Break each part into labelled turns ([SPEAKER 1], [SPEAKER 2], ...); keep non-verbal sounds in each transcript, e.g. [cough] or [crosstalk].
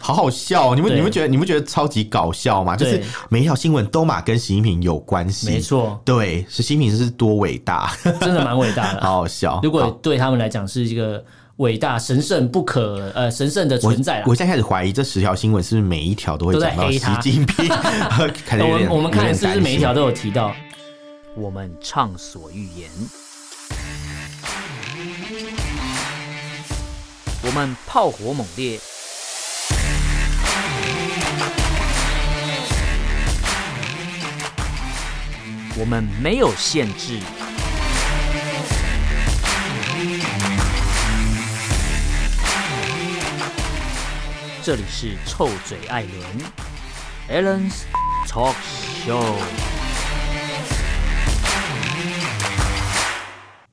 [SPEAKER 1] 好好笑、哦。你们
[SPEAKER 2] 对
[SPEAKER 1] 你们觉得你们觉得超级搞笑吗？就是
[SPEAKER 2] 对
[SPEAKER 1] 每一条新闻都嘛跟习近平有关系，
[SPEAKER 2] 没，错，
[SPEAKER 1] 对，是习近平是多伟
[SPEAKER 2] [laughs]
[SPEAKER 1] 大，
[SPEAKER 2] 真的蛮伟大的。
[SPEAKER 1] 好好笑。
[SPEAKER 2] 如
[SPEAKER 1] 好
[SPEAKER 2] 果对他们来讲是一个伟大、神圣不可呃神圣的
[SPEAKER 1] 我
[SPEAKER 2] 存在啦
[SPEAKER 1] 我。现在开始怀疑这十条新闻是不是每一条都会
[SPEAKER 2] 都在
[SPEAKER 1] 讲到
[SPEAKER 2] 黑
[SPEAKER 1] 习
[SPEAKER 2] 他
[SPEAKER 1] 近
[SPEAKER 2] [laughs]
[SPEAKER 1] 平，开始有
[SPEAKER 2] 我们
[SPEAKER 1] 点
[SPEAKER 2] 我们看
[SPEAKER 1] 有点
[SPEAKER 2] 是不是
[SPEAKER 1] 担
[SPEAKER 2] 每一
[SPEAKER 1] 心
[SPEAKER 2] 条都有提到？
[SPEAKER 3] 我们畅所欲言；我们炮火猛烈；我们没有限制。这里是臭嘴艾伦 a l l e n s Talk Show。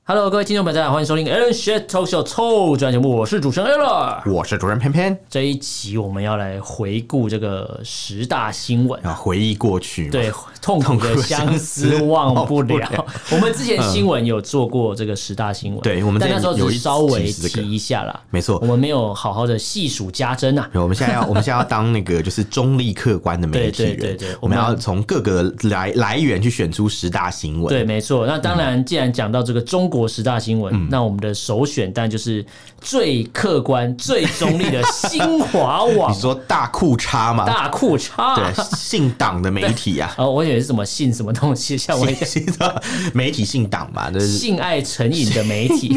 [SPEAKER 2] Hello，各位听众朋友，大家好，欢迎收听 Alan Shit Talk Show 臭专栏节目，我是主持人 Alan。
[SPEAKER 1] 我是主任偏偏，
[SPEAKER 2] 这一集我们要来回顾这个十大新闻。
[SPEAKER 1] 然后回忆过去嘛，
[SPEAKER 2] 对，痛苦的相思忘不了。我们之前新闻有做过这个十大新闻，
[SPEAKER 1] 嗯对我们
[SPEAKER 2] 但
[SPEAKER 1] 之
[SPEAKER 2] 那
[SPEAKER 1] 前
[SPEAKER 2] 时候
[SPEAKER 1] 有
[SPEAKER 2] 只
[SPEAKER 1] 一
[SPEAKER 2] 是稍微
[SPEAKER 1] 集是这个
[SPEAKER 2] 提一下啦，
[SPEAKER 1] 没错
[SPEAKER 2] 我们没有好好的细数加针啊。
[SPEAKER 1] 没有我们现在要，
[SPEAKER 2] [laughs]
[SPEAKER 1] 我们现在要当那个就是中立客观的媒体人，
[SPEAKER 2] 对对对对
[SPEAKER 1] 我们
[SPEAKER 2] 我们
[SPEAKER 1] 要从各个来来源去选出十大新闻。
[SPEAKER 2] 对，，没错。
[SPEAKER 1] 嗯
[SPEAKER 2] 那当然，既然讲到这个中国十大新闻，那我们的首选当然就是最客
[SPEAKER 1] [laughs]
[SPEAKER 2] 观、最中立的新华网
[SPEAKER 1] 你说大裤衩嘛，
[SPEAKER 2] [laughs] 大裤衩。 [laughs]
[SPEAKER 1] 对，姓党的媒体啊， [laughs]
[SPEAKER 2] 啊，我以为是什么信什么东西，像我一
[SPEAKER 1] 姓
[SPEAKER 2] 个
[SPEAKER 1] 姓媒体姓党嘛，就是
[SPEAKER 2] 性爱成瘾的媒
[SPEAKER 1] [laughs]
[SPEAKER 2] 体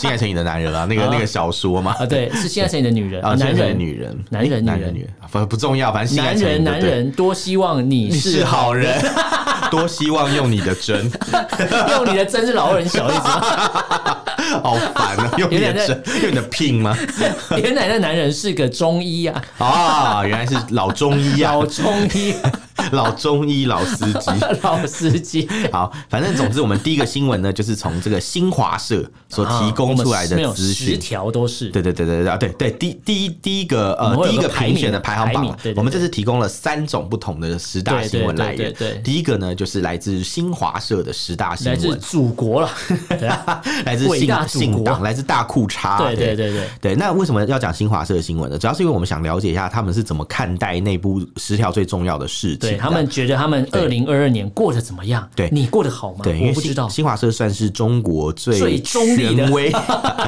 [SPEAKER 1] 性爱成瘾的男人啊，那个
[SPEAKER 2] 啊
[SPEAKER 1] 那个小说嘛，
[SPEAKER 2] 啊，对，是性爱成瘾的女人，
[SPEAKER 1] 啊，
[SPEAKER 2] 男
[SPEAKER 1] 性爱成
[SPEAKER 2] 人
[SPEAKER 1] 瘾女人，
[SPEAKER 2] 男人
[SPEAKER 1] 诶
[SPEAKER 2] 女
[SPEAKER 1] 男
[SPEAKER 2] 人
[SPEAKER 1] 人女人，不不重要，反正性爱
[SPEAKER 2] 男
[SPEAKER 1] 成瘾
[SPEAKER 2] 人，
[SPEAKER 1] 的
[SPEAKER 2] 男
[SPEAKER 1] 对
[SPEAKER 2] 人多希望你
[SPEAKER 1] 你是
[SPEAKER 2] 是
[SPEAKER 1] 好人，多希望用你的针，
[SPEAKER 2] [laughs] 用你的真是老人小意啊
[SPEAKER 1] [laughs]
[SPEAKER 2] 思吗，
[SPEAKER 1] 好烦
[SPEAKER 2] [laughs]
[SPEAKER 1] 啊，用你
[SPEAKER 2] 有
[SPEAKER 1] 的
[SPEAKER 2] 点在
[SPEAKER 1] 针，用你的聘吗？
[SPEAKER 2] 原来那男人是个中医啊，
[SPEAKER 1] 啊，原来是老中医啊，
[SPEAKER 2] 老中医啊、
[SPEAKER 1] 老中医老司机。
[SPEAKER 2] [laughs] 老司机。
[SPEAKER 1] 好，反正总之，我们第一个新闻呢，就是从这个新华社所提供出来
[SPEAKER 2] 啊我
[SPEAKER 1] 的资
[SPEAKER 2] 们没有十
[SPEAKER 1] 讯。
[SPEAKER 2] 条都是
[SPEAKER 1] 对对对对对啊对对，第第一第一个
[SPEAKER 2] 我
[SPEAKER 1] 呃
[SPEAKER 2] 们会有
[SPEAKER 1] 第一个
[SPEAKER 2] 个排名啊
[SPEAKER 1] 评选的排行榜
[SPEAKER 2] 排名
[SPEAKER 1] 嘛
[SPEAKER 2] 对对，对
[SPEAKER 1] 我们这次提供了三种不同的十大新闻来
[SPEAKER 2] 对对对对对
[SPEAKER 1] 源。第一个呢，就是来自新华社的十大新
[SPEAKER 2] 来自
[SPEAKER 1] 闻，
[SPEAKER 2] 祖国了，对啊
[SPEAKER 1] [laughs] 来自
[SPEAKER 2] 伟大
[SPEAKER 1] 信
[SPEAKER 2] 祖
[SPEAKER 1] 信
[SPEAKER 2] 国
[SPEAKER 1] 党，来自大裤衩。
[SPEAKER 2] 对对对对，
[SPEAKER 1] 对，那为什么要讲新华社的新闻呢？主要是因为我们想了解一下他们是怎么看待内部十条最重要的事情的。
[SPEAKER 2] [laughs] 对他们觉得他们二零二二年过得怎么样？
[SPEAKER 1] 对
[SPEAKER 2] 你过得好吗？
[SPEAKER 1] 对，因为
[SPEAKER 2] 我不
[SPEAKER 1] 新
[SPEAKER 2] 知道。
[SPEAKER 1] 新华社算是中国最
[SPEAKER 2] 最中立的
[SPEAKER 1] 权威、 [laughs]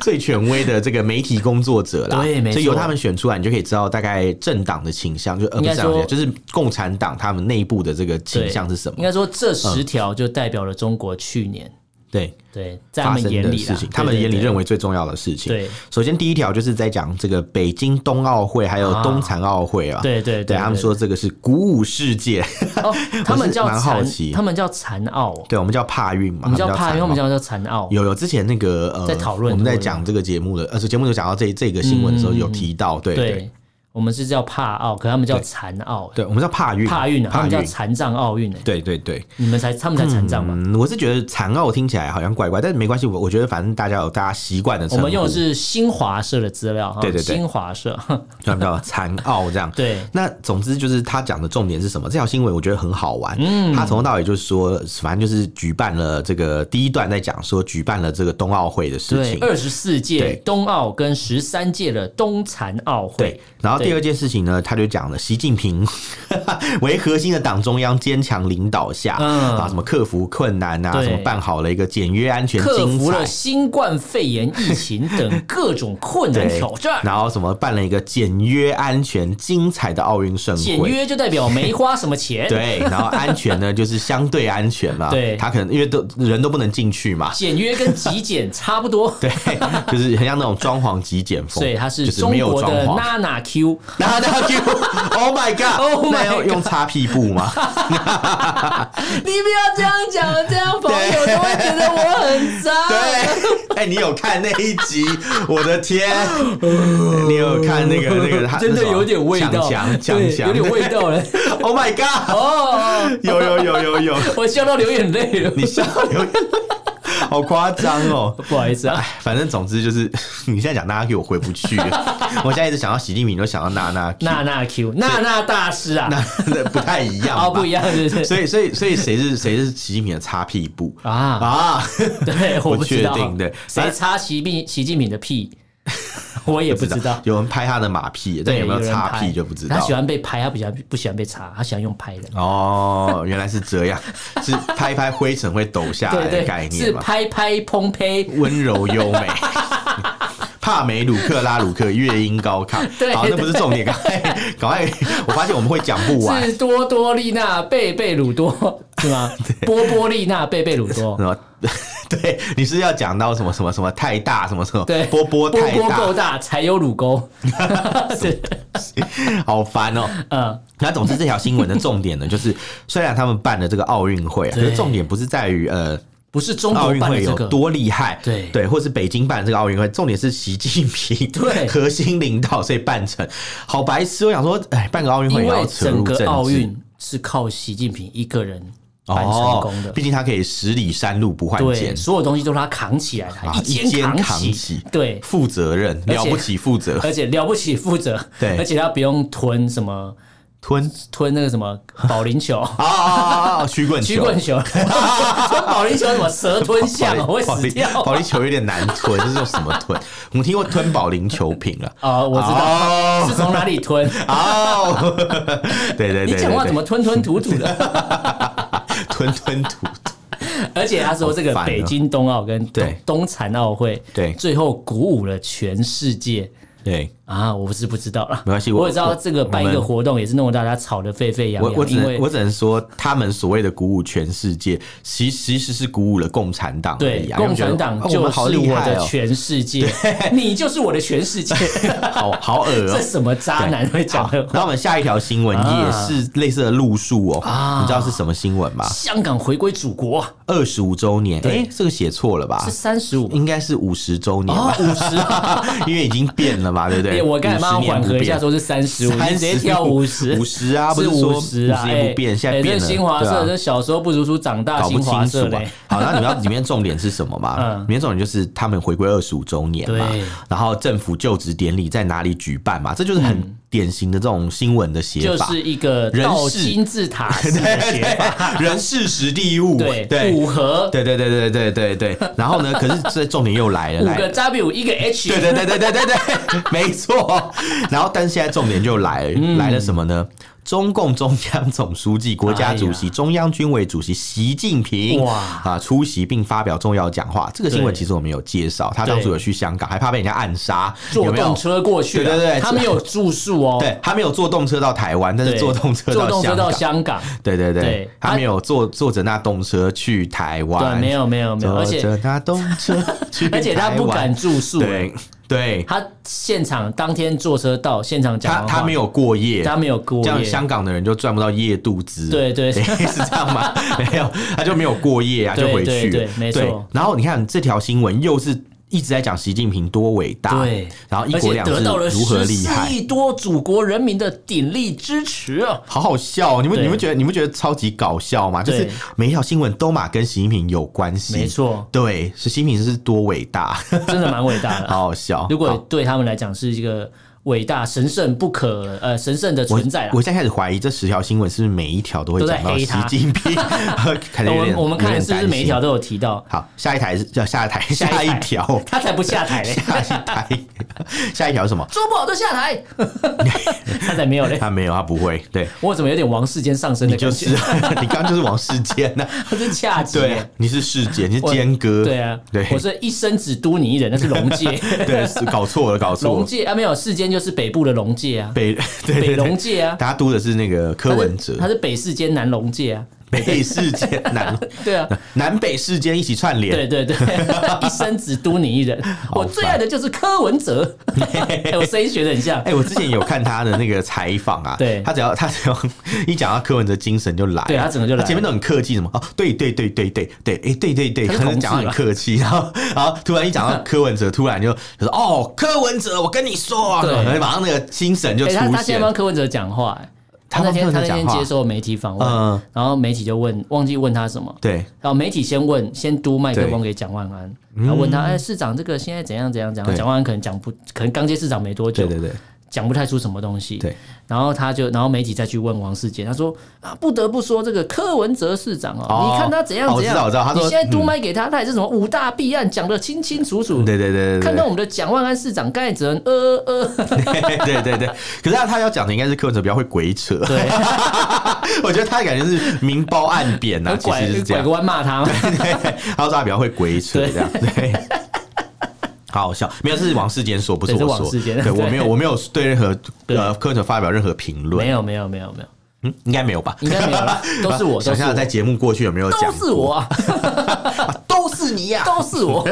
[SPEAKER 1] 最权威的这个媒体工作者啦。
[SPEAKER 2] 对没
[SPEAKER 1] 所以由
[SPEAKER 2] 错
[SPEAKER 1] 他们选出来，你就可以知道大概政党的倾向，就呃
[SPEAKER 2] 应
[SPEAKER 1] 不
[SPEAKER 2] 该
[SPEAKER 1] 是政党
[SPEAKER 2] 说
[SPEAKER 1] 倾向就是共产党他们内部的这个倾
[SPEAKER 2] 对
[SPEAKER 1] 向是什么嗯
[SPEAKER 2] 应。该说这十条就代表了中国去年
[SPEAKER 1] 对，
[SPEAKER 2] 对在他
[SPEAKER 1] 发
[SPEAKER 2] 们
[SPEAKER 1] 生
[SPEAKER 2] 眼
[SPEAKER 1] 的
[SPEAKER 2] 里啦
[SPEAKER 1] 事情，他们眼里认
[SPEAKER 2] 为
[SPEAKER 1] 为最重要的事情。
[SPEAKER 2] 对，
[SPEAKER 1] 首先第一条就是在讲这个北京冬奥会还有
[SPEAKER 2] 啊
[SPEAKER 1] 冬残奥会啊。
[SPEAKER 2] 对对
[SPEAKER 1] 对他们说这个是鼓舞世界， [laughs]
[SPEAKER 2] 哦，他们叫
[SPEAKER 1] 蛮好
[SPEAKER 2] 残
[SPEAKER 1] 奇，
[SPEAKER 2] 他们叫残奥，
[SPEAKER 1] 对我们叫帕运嘛，
[SPEAKER 2] 我们叫怕，因
[SPEAKER 1] 残
[SPEAKER 2] 为我
[SPEAKER 1] 奥
[SPEAKER 2] 们叫叫残奥，
[SPEAKER 1] 有有，之前那个呃，
[SPEAKER 2] 哦在讨论
[SPEAKER 1] 我们在
[SPEAKER 2] 对不对
[SPEAKER 1] 讲这个节目的，呃，这节目有讲到这这个新闻的时候
[SPEAKER 2] 嗯嗯嗯
[SPEAKER 1] 有提到，对对
[SPEAKER 2] 对，我们是叫帕奥，可他们叫
[SPEAKER 1] 对
[SPEAKER 2] 残奥，
[SPEAKER 1] 对，我们叫帕运，
[SPEAKER 2] 帕运啊，他
[SPEAKER 1] 帕
[SPEAKER 2] 们叫
[SPEAKER 1] 运，
[SPEAKER 2] 残障奥运欸
[SPEAKER 1] 对对对，
[SPEAKER 2] 你们才他们才残障嘛。
[SPEAKER 1] 嗯，我是觉得残奥听起来好像怪怪，但是没关系，我我觉得反正大家有大家习惯的
[SPEAKER 2] 我
[SPEAKER 1] 称呼，
[SPEAKER 2] 们用的是新华社的资料
[SPEAKER 1] 嗯
[SPEAKER 2] 哈，
[SPEAKER 1] 对对对
[SPEAKER 2] 新华社，
[SPEAKER 1] 就他们叫残奥这样，
[SPEAKER 2] [laughs] 对
[SPEAKER 1] 那总之就是他讲的重点是什么？这条新闻我觉得很好玩。嗯，他从头到尾就是说，反正就是举办了这个第一段在讲说举办了这个冬奥会的事
[SPEAKER 2] 对，
[SPEAKER 1] 情。
[SPEAKER 2] 二十四届
[SPEAKER 1] 对
[SPEAKER 2] 冬奥跟十三届的冬残奥
[SPEAKER 1] 对
[SPEAKER 2] 会，，
[SPEAKER 1] 然后第
[SPEAKER 2] 对
[SPEAKER 1] 二件事情呢，他就讲了，习近平 [laughs] 为核心的党中央坚强领导下，
[SPEAKER 2] 嗯
[SPEAKER 1] 啊，什么克服困难啊，
[SPEAKER 2] 对
[SPEAKER 1] 什么办好了一个简约、安全、
[SPEAKER 2] 克
[SPEAKER 1] 精
[SPEAKER 2] 服
[SPEAKER 1] 彩
[SPEAKER 2] 了。新冠肺炎疫情等各种困难
[SPEAKER 1] 对
[SPEAKER 2] 挑战。
[SPEAKER 1] 然后什么办了一个简约、安全、精彩的奥运盛
[SPEAKER 2] 简
[SPEAKER 1] 会，
[SPEAKER 2] 约就代表没花什么钱，
[SPEAKER 1] 对，然后安全呢就是相对安全嘛，
[SPEAKER 2] [laughs] 对
[SPEAKER 1] 他可能因为都人都不能进去嘛， [laughs]
[SPEAKER 2] 简约跟极简差不多，
[SPEAKER 1] 对，就是很像那种装潢极简风，
[SPEAKER 2] 所以它
[SPEAKER 1] 就是是
[SPEAKER 2] 中
[SPEAKER 1] 没有
[SPEAKER 2] 国
[SPEAKER 1] 装
[SPEAKER 2] 的
[SPEAKER 1] 潢， [laughs]
[SPEAKER 2] Nana Q，
[SPEAKER 1] 然后他就，Oh my
[SPEAKER 2] [laughs] Oh
[SPEAKER 1] God，
[SPEAKER 2] my
[SPEAKER 1] 那要用擦屁股吗？
[SPEAKER 2] 你不要这样讲，这样朋友
[SPEAKER 1] 对
[SPEAKER 2] 都会觉得我很脏。
[SPEAKER 1] [laughs] 对，哎、你有看那一集？我的
[SPEAKER 2] [laughs]
[SPEAKER 1] 天，你有看那个那个他
[SPEAKER 2] 真的有点味道，
[SPEAKER 1] 强强
[SPEAKER 2] 对
[SPEAKER 1] 强
[SPEAKER 2] 有
[SPEAKER 1] [laughs]
[SPEAKER 2] 点味道了。
[SPEAKER 1] o h Oh my god！
[SPEAKER 2] 哦，
[SPEAKER 1] 有有有有
[SPEAKER 2] [laughs]
[SPEAKER 1] 有，
[SPEAKER 2] 我笑到流眼泪了，
[SPEAKER 1] 你笑流眼泪 [laughs] 好夸张哦。
[SPEAKER 2] 不好意思啊。
[SPEAKER 1] 哎，反正总之就是， [laughs] 你现在讲娜娜 Q 我回不
[SPEAKER 2] [laughs]
[SPEAKER 1] 去了，我现在一直想到习近平，就想到娜娜 Q，
[SPEAKER 2] 娜娜 Q，娜娜大师啊，
[SPEAKER 1] 那 [laughs] 不太一样吧
[SPEAKER 2] 哦，不一。样，对不对？
[SPEAKER 1] 所以所以所以谁是谁是习近平的擦屁股
[SPEAKER 2] 啊，
[SPEAKER 1] 啊？
[SPEAKER 2] 对，我不知道
[SPEAKER 1] 不确定对
[SPEAKER 2] 谁擦习近习近平的屁？ [laughs] 我也 [laughs] 不知道。
[SPEAKER 1] [laughs] 有人拍他的马屁，但
[SPEAKER 2] 对，
[SPEAKER 1] 有没有
[SPEAKER 2] 人
[SPEAKER 1] 擦
[SPEAKER 2] 拍
[SPEAKER 1] 屁就不知
[SPEAKER 2] 他
[SPEAKER 1] 道
[SPEAKER 2] 喜。欢被拍，他比较不喜欢被擦，他喜欢用拍的。
[SPEAKER 1] 哦，原来是这
[SPEAKER 2] [laughs]
[SPEAKER 1] 样，是拍一拍灰尘会抖下来
[SPEAKER 2] 对
[SPEAKER 1] 的概
[SPEAKER 2] 对，
[SPEAKER 1] 念
[SPEAKER 2] 是
[SPEAKER 1] 嘛？
[SPEAKER 2] 拍拍砰呸。
[SPEAKER 1] 温柔优
[SPEAKER 2] [laughs]
[SPEAKER 1] 美。帕梅鲁克拉鲁克乐音高亢，
[SPEAKER 2] 对
[SPEAKER 1] 好，那不是重点，赶快赶快，我发现我们会讲不完。
[SPEAKER 2] 是多多丽娜贝贝鲁多
[SPEAKER 1] [laughs]
[SPEAKER 2] 是吗？波波丽娜贝贝鲁多
[SPEAKER 1] 什，么？对，你是要讲到什么什么什么太大什么什么？
[SPEAKER 2] 对，
[SPEAKER 1] 波波太
[SPEAKER 2] 波
[SPEAKER 1] 大
[SPEAKER 2] 够，大才有
[SPEAKER 1] [laughs]
[SPEAKER 2] 乳沟。对， [laughs]
[SPEAKER 1] 好烦哦。
[SPEAKER 2] 嗯，
[SPEAKER 1] 那总之，这条新闻的重点呢，就是虽然他们办了这个奥运会、啊，可
[SPEAKER 2] 对
[SPEAKER 1] 是重点不是在于呃
[SPEAKER 2] 不是中
[SPEAKER 1] 奥
[SPEAKER 2] 国
[SPEAKER 1] 运
[SPEAKER 2] 办的
[SPEAKER 1] 会
[SPEAKER 2] 这
[SPEAKER 1] 有
[SPEAKER 2] 个，
[SPEAKER 1] 多厉害，
[SPEAKER 2] 对
[SPEAKER 1] 对，或是北京办这个奥运会，重点是习近平
[SPEAKER 2] [laughs] 对
[SPEAKER 1] 核心领导，所以办成好白痴。我想说，哎，办个奥运
[SPEAKER 2] 因
[SPEAKER 1] 会也要
[SPEAKER 2] 为
[SPEAKER 1] 扯入政
[SPEAKER 2] 整个
[SPEAKER 1] 治，
[SPEAKER 2] 奥运是靠习近平一个人办成功的
[SPEAKER 1] 哦，毕。竟他可以十里山路不换
[SPEAKER 2] 对，
[SPEAKER 1] 肩，
[SPEAKER 2] 所有东西都是他扛起来
[SPEAKER 1] 啊
[SPEAKER 2] 的，
[SPEAKER 1] 一
[SPEAKER 2] 肩
[SPEAKER 1] 肩
[SPEAKER 2] 扛
[SPEAKER 1] 扛
[SPEAKER 2] 起
[SPEAKER 1] 起。
[SPEAKER 2] 对，
[SPEAKER 1] 负责任，
[SPEAKER 2] 而且
[SPEAKER 1] 了不起负责，
[SPEAKER 2] 而且了不起负责，
[SPEAKER 1] 对
[SPEAKER 2] 而且他不用吞什么 [laughs]
[SPEAKER 1] 吞
[SPEAKER 2] 吞那个什
[SPEAKER 1] [laughs]
[SPEAKER 2] 么保龄球、
[SPEAKER 1] 啊啊啊啊！曲棍球，
[SPEAKER 2] 曲
[SPEAKER 1] [laughs]
[SPEAKER 2] 棍球、吞保龄球什么蛇吞象，我会
[SPEAKER 1] 保
[SPEAKER 2] 死
[SPEAKER 1] 龄
[SPEAKER 2] 掉
[SPEAKER 1] 保龄球有点难吞，这是用什么吞？我们听过吞保龄球瓶
[SPEAKER 2] [laughs]
[SPEAKER 1] 了。
[SPEAKER 2] 啊！我知道
[SPEAKER 1] 道
[SPEAKER 2] 是从哪里吞。 [laughs]
[SPEAKER 1] 哦， [laughs] 对 [laughs] 对对对
[SPEAKER 2] 你
[SPEAKER 1] 对，
[SPEAKER 2] 讲话怎么吞吞吐吐的？
[SPEAKER 1] 吞 [laughs] 吞吐吐？
[SPEAKER 2] [laughs] 而且他说这个
[SPEAKER 1] 好烦哦
[SPEAKER 2] 北京冬奥跟冬
[SPEAKER 1] 对
[SPEAKER 2] 冬残奥会，
[SPEAKER 1] 对
[SPEAKER 2] 最后鼓舞了全世界
[SPEAKER 1] 对
[SPEAKER 2] 啊！我是不知道了，
[SPEAKER 1] 没关系我
[SPEAKER 2] 我也知道这个办一个
[SPEAKER 1] 我们
[SPEAKER 2] 活动也是弄得大家吵得沸沸扬
[SPEAKER 1] 哎我我
[SPEAKER 2] 扬，
[SPEAKER 1] 只
[SPEAKER 2] 因
[SPEAKER 1] 能
[SPEAKER 2] 为
[SPEAKER 1] 我只能说，他们所谓的鼓舞全世界，其其实是鼓舞了共产党而
[SPEAKER 2] 对
[SPEAKER 1] 已啊。
[SPEAKER 2] 共产党
[SPEAKER 1] 因为觉得哦我
[SPEAKER 2] 就
[SPEAKER 1] 们
[SPEAKER 2] 是
[SPEAKER 1] 好厉
[SPEAKER 2] 我
[SPEAKER 1] 害
[SPEAKER 2] 的
[SPEAKER 1] 哦，
[SPEAKER 2] 全世界，你就是我的全世界。
[SPEAKER 1] [laughs] 好好恶哦
[SPEAKER 2] 这。什么渣男会讲
[SPEAKER 1] 好
[SPEAKER 2] 的
[SPEAKER 1] 然后
[SPEAKER 2] 话？
[SPEAKER 1] 我们下一条新闻也
[SPEAKER 2] 啊
[SPEAKER 1] 是类似的路数哦，你知道是什么新闻吗？
[SPEAKER 2] 香港回归祖国啊
[SPEAKER 1] 二十五周年，
[SPEAKER 2] 对
[SPEAKER 1] 哎，这个写错了吧？
[SPEAKER 2] 是三十五
[SPEAKER 1] 应该是五十周年吧，五十、 [laughs] 因为已经变了嘛，对不对？
[SPEAKER 2] [laughs] 哎我刚才帮他
[SPEAKER 1] 50年
[SPEAKER 2] 缓
[SPEAKER 1] 不
[SPEAKER 2] 和一下，
[SPEAKER 1] 变
[SPEAKER 2] 说是三十五，你
[SPEAKER 1] 30
[SPEAKER 2] 直接跳五十，
[SPEAKER 1] 五十啊，不
[SPEAKER 2] 是
[SPEAKER 1] 说
[SPEAKER 2] 五
[SPEAKER 1] 五
[SPEAKER 2] 十啊，
[SPEAKER 1] 也不变，现在变
[SPEAKER 2] 这
[SPEAKER 1] 了，
[SPEAKER 2] 新华
[SPEAKER 1] 对
[SPEAKER 2] 社
[SPEAKER 1] 啊
[SPEAKER 2] 这小时候不读书，长大
[SPEAKER 1] 搞不
[SPEAKER 2] 新华
[SPEAKER 1] 清楚
[SPEAKER 2] 社
[SPEAKER 1] 啊
[SPEAKER 2] 嘞。
[SPEAKER 1] [laughs] 好，那你们要里面重点是什么嘛？
[SPEAKER 2] 嗯
[SPEAKER 1] 里面重点就是他们回归二十五周年嘛
[SPEAKER 2] 对，
[SPEAKER 1] 然后政府就职典礼在哪里举办嘛？这就是很典型的这种新闻的写
[SPEAKER 2] 嗯就
[SPEAKER 1] 法。
[SPEAKER 2] 是一个
[SPEAKER 1] 人
[SPEAKER 2] 倒
[SPEAKER 1] 事
[SPEAKER 2] 金
[SPEAKER 1] [laughs]
[SPEAKER 2] 字塔式的写法，
[SPEAKER 1] 人事实地物，
[SPEAKER 2] 对，
[SPEAKER 1] 对
[SPEAKER 2] 五和
[SPEAKER 1] 对对对对对对对。然后呢？可是这重点又来了，
[SPEAKER 2] [laughs] 五
[SPEAKER 1] 来
[SPEAKER 2] 个 W 一个
[SPEAKER 1] 对
[SPEAKER 2] H，
[SPEAKER 1] 对对对对对对，没错。然后，但是现在重点就来了，
[SPEAKER 2] 嗯
[SPEAKER 1] 来了什么呢？中共中央总书记、国家主席、
[SPEAKER 2] 哎
[SPEAKER 1] 中央军委主席习近平
[SPEAKER 2] 哇
[SPEAKER 1] 啊出席并发表重要讲话。这个新闻
[SPEAKER 2] 对
[SPEAKER 1] 其实我们有介绍，他当初有去香港，还怕被人家暗杀，
[SPEAKER 2] 坐
[SPEAKER 1] 有没有
[SPEAKER 2] 动？车过去啊，
[SPEAKER 1] 对对对
[SPEAKER 2] 他们有住宿哦，
[SPEAKER 1] 对，他没有坐动车到台湾，但是
[SPEAKER 2] 对
[SPEAKER 1] 坐动车
[SPEAKER 2] 坐
[SPEAKER 1] 到
[SPEAKER 2] 动车
[SPEAKER 1] 香
[SPEAKER 2] 到
[SPEAKER 1] 港。
[SPEAKER 2] 香港，
[SPEAKER 1] 对对对
[SPEAKER 2] 对，
[SPEAKER 1] 他
[SPEAKER 2] 他
[SPEAKER 1] 没有坐坐着那动车去台湾，
[SPEAKER 2] 对，没有没有没有，
[SPEAKER 1] 坐
[SPEAKER 2] 而且
[SPEAKER 1] 着那动车去
[SPEAKER 2] [laughs] 而且他不
[SPEAKER 1] 台湾
[SPEAKER 2] 敢住宿，欸
[SPEAKER 1] 对对，
[SPEAKER 2] 他现场当天坐车到现场讲
[SPEAKER 1] 他
[SPEAKER 2] 完话，
[SPEAKER 1] 他没有过夜，
[SPEAKER 2] 他没有过
[SPEAKER 1] 这样
[SPEAKER 2] 夜，
[SPEAKER 1] 香港的人就赚不到夜度资，
[SPEAKER 2] 对对
[SPEAKER 1] [laughs] 是这样
[SPEAKER 2] [laughs]
[SPEAKER 1] 吗？没有，他就没有过夜啊，就
[SPEAKER 2] 对
[SPEAKER 1] 回去了，
[SPEAKER 2] 对对没错
[SPEAKER 1] 然后你看这条新闻又是一直在讲习近平多伟大，
[SPEAKER 2] 对，
[SPEAKER 1] 然后一
[SPEAKER 2] 而
[SPEAKER 1] 国
[SPEAKER 2] 且
[SPEAKER 1] 两
[SPEAKER 2] 得
[SPEAKER 1] 制
[SPEAKER 2] 到了
[SPEAKER 1] 如何厉害
[SPEAKER 2] 14。亿多祖国人民的鼎力支持
[SPEAKER 1] [laughs]
[SPEAKER 2] 啊！
[SPEAKER 1] 好好笑、哦，你们
[SPEAKER 2] 对
[SPEAKER 1] 你们觉得你们觉得超级搞笑吗？就是
[SPEAKER 2] 对
[SPEAKER 1] 每一条新闻都嘛跟习近平有关系，
[SPEAKER 2] 没，错，
[SPEAKER 1] 对，是习近平是多伟
[SPEAKER 2] [laughs]
[SPEAKER 1] 大，
[SPEAKER 2] 真的蛮伟大
[SPEAKER 1] [laughs]
[SPEAKER 2] 的。
[SPEAKER 1] 好好笑。
[SPEAKER 2] 如果
[SPEAKER 1] 好
[SPEAKER 2] 对他们来讲是一个伟大、神圣不可呃神圣的
[SPEAKER 1] 我
[SPEAKER 2] 存在啦
[SPEAKER 1] 我。现在开始怀疑这十条新闻是不是每一条都会
[SPEAKER 2] 都在
[SPEAKER 1] 讲到
[SPEAKER 2] 黑
[SPEAKER 1] 习
[SPEAKER 2] 他
[SPEAKER 1] 近平， [laughs] 可能有
[SPEAKER 2] 我们
[SPEAKER 1] 点
[SPEAKER 2] [laughs] 我们看
[SPEAKER 1] 有点
[SPEAKER 2] 是不是
[SPEAKER 1] 担
[SPEAKER 2] 每一
[SPEAKER 1] 心
[SPEAKER 2] 条都有提到？
[SPEAKER 1] 好，下一台是叫下一台，
[SPEAKER 2] 一台
[SPEAKER 1] 下一条，
[SPEAKER 2] 他才不下台
[SPEAKER 1] [laughs]
[SPEAKER 2] 嘞，
[SPEAKER 1] 下一台，下一条是什么？
[SPEAKER 2] 做不好就下台， [laughs] 他才没有嘞。
[SPEAKER 1] 他没有，他不会。对，
[SPEAKER 2] 我怎么有点王世坚上身的
[SPEAKER 1] 就
[SPEAKER 2] 感
[SPEAKER 1] 是
[SPEAKER 2] 觉？ [laughs]
[SPEAKER 1] [laughs] 你刚刚就是王世坚呐，
[SPEAKER 2] 他是恰吉耶。
[SPEAKER 1] 对，啊你是世杰，你是坚哥，
[SPEAKER 2] 对啊，
[SPEAKER 1] 对
[SPEAKER 2] 我是一生只督你一人，那是龙
[SPEAKER 1] [laughs]
[SPEAKER 2] 界，
[SPEAKER 1] 对，是搞错了，搞错
[SPEAKER 2] 龙
[SPEAKER 1] 了。
[SPEAKER 2] 界啊，没有世间就是北部的龙界啊，
[SPEAKER 1] 北 [laughs] 对
[SPEAKER 2] 北
[SPEAKER 1] 对
[SPEAKER 2] 龙
[SPEAKER 1] 对，
[SPEAKER 2] 界啊，
[SPEAKER 1] 大家读的是那个柯文
[SPEAKER 2] 他
[SPEAKER 1] 哲，
[SPEAKER 2] 是北世间南龙界啊，
[SPEAKER 1] 北世间南
[SPEAKER 2] 对啊，
[SPEAKER 1] 南北世间一起串
[SPEAKER 2] 对
[SPEAKER 1] 联，[laughs]
[SPEAKER 2] 对对，一生只督你一人，我最爱的就是柯
[SPEAKER 1] [laughs]
[SPEAKER 2] 文哲，哎我声音学的很像，
[SPEAKER 1] 哎、我之前有看他的那个采访啊，
[SPEAKER 2] 对
[SPEAKER 1] 他只要他只要 [laughs] 一讲到柯文哲精神就来了，
[SPEAKER 2] 对他整个就来了
[SPEAKER 1] 前面都很客气，什么哦，对对对对对对，哎、对对对，
[SPEAKER 2] 他是
[SPEAKER 1] 可能
[SPEAKER 2] 同志
[SPEAKER 1] 讲得很
[SPEAKER 2] 吧
[SPEAKER 1] 客气， [laughs] 然后然后突然一讲到柯文哲，突然就就说哦，柯文哲，我跟你说啊，
[SPEAKER 2] 对
[SPEAKER 1] 然后马上那个精神就
[SPEAKER 2] 哎，他
[SPEAKER 1] 出
[SPEAKER 2] 他现
[SPEAKER 1] 现
[SPEAKER 2] 在，帮柯文哲讲话，哎
[SPEAKER 1] 他
[SPEAKER 2] 那
[SPEAKER 1] 帮柯
[SPEAKER 2] 天
[SPEAKER 1] 文
[SPEAKER 2] 他
[SPEAKER 1] 哲
[SPEAKER 2] 那
[SPEAKER 1] 讲
[SPEAKER 2] 天
[SPEAKER 1] 话
[SPEAKER 2] 接受媒体访
[SPEAKER 1] 嗯
[SPEAKER 2] 问，然后媒体就问，忘记问他什么。
[SPEAKER 1] 对，
[SPEAKER 2] 然后媒体先问，先嘟麦克风给蒋万安，然后问他，哎，市长这个现在怎样怎样怎样？
[SPEAKER 1] 嗯对
[SPEAKER 2] 蒋万安可能讲不，可能刚接市长没多久，
[SPEAKER 1] 对对对，
[SPEAKER 2] 讲不太出什么东西。
[SPEAKER 1] 对，
[SPEAKER 2] 然后他就，然后媒体再去问王世杰，他说啊，不得不说这个柯文哲市长哦，
[SPEAKER 1] 哦
[SPEAKER 2] 你看他怎样
[SPEAKER 1] 哦我
[SPEAKER 2] 怎
[SPEAKER 1] 知道
[SPEAKER 2] 样，
[SPEAKER 1] 我知道他说
[SPEAKER 2] 你现在督麦给他，他也是什么五大弊案讲得清清楚楚。
[SPEAKER 1] 嗯对对对对对，
[SPEAKER 2] 看到我们的蒋万安市长，刚才只能呃呃呃，
[SPEAKER 1] [laughs] 对对对，可是他他要讲的应该是柯文哲比较会鬼扯，
[SPEAKER 2] 对，
[SPEAKER 1] [laughs] 我觉得他感觉是明褒暗贬呐、其
[SPEAKER 2] 拐
[SPEAKER 1] 实是这
[SPEAKER 2] 拐
[SPEAKER 1] 样
[SPEAKER 2] 呃个。弯骂他。
[SPEAKER 1] [laughs] 对，他说他比较会鬼扯
[SPEAKER 2] 对
[SPEAKER 1] 这样，对。好好笑，没有是王世坚说，不是
[SPEAKER 2] 对
[SPEAKER 1] 我
[SPEAKER 2] 是
[SPEAKER 1] 说
[SPEAKER 2] 王世，坚
[SPEAKER 1] 对我
[SPEAKER 2] 对
[SPEAKER 1] 没有我没有对任何
[SPEAKER 2] 对
[SPEAKER 1] 呃柯文哲发表任何评
[SPEAKER 2] 没
[SPEAKER 1] 论，
[SPEAKER 2] 有没有没有没有，
[SPEAKER 1] 嗯，应该没有吧？
[SPEAKER 2] 应该没有
[SPEAKER 1] [laughs]
[SPEAKER 2] 了，都是我，
[SPEAKER 1] 想
[SPEAKER 2] 都是
[SPEAKER 1] 想在
[SPEAKER 2] 我，
[SPEAKER 1] 节目过去有没有
[SPEAKER 2] 都
[SPEAKER 1] 讲？
[SPEAKER 2] 是我，啊，
[SPEAKER 1] 都是你呀！
[SPEAKER 2] [laughs] 都是我。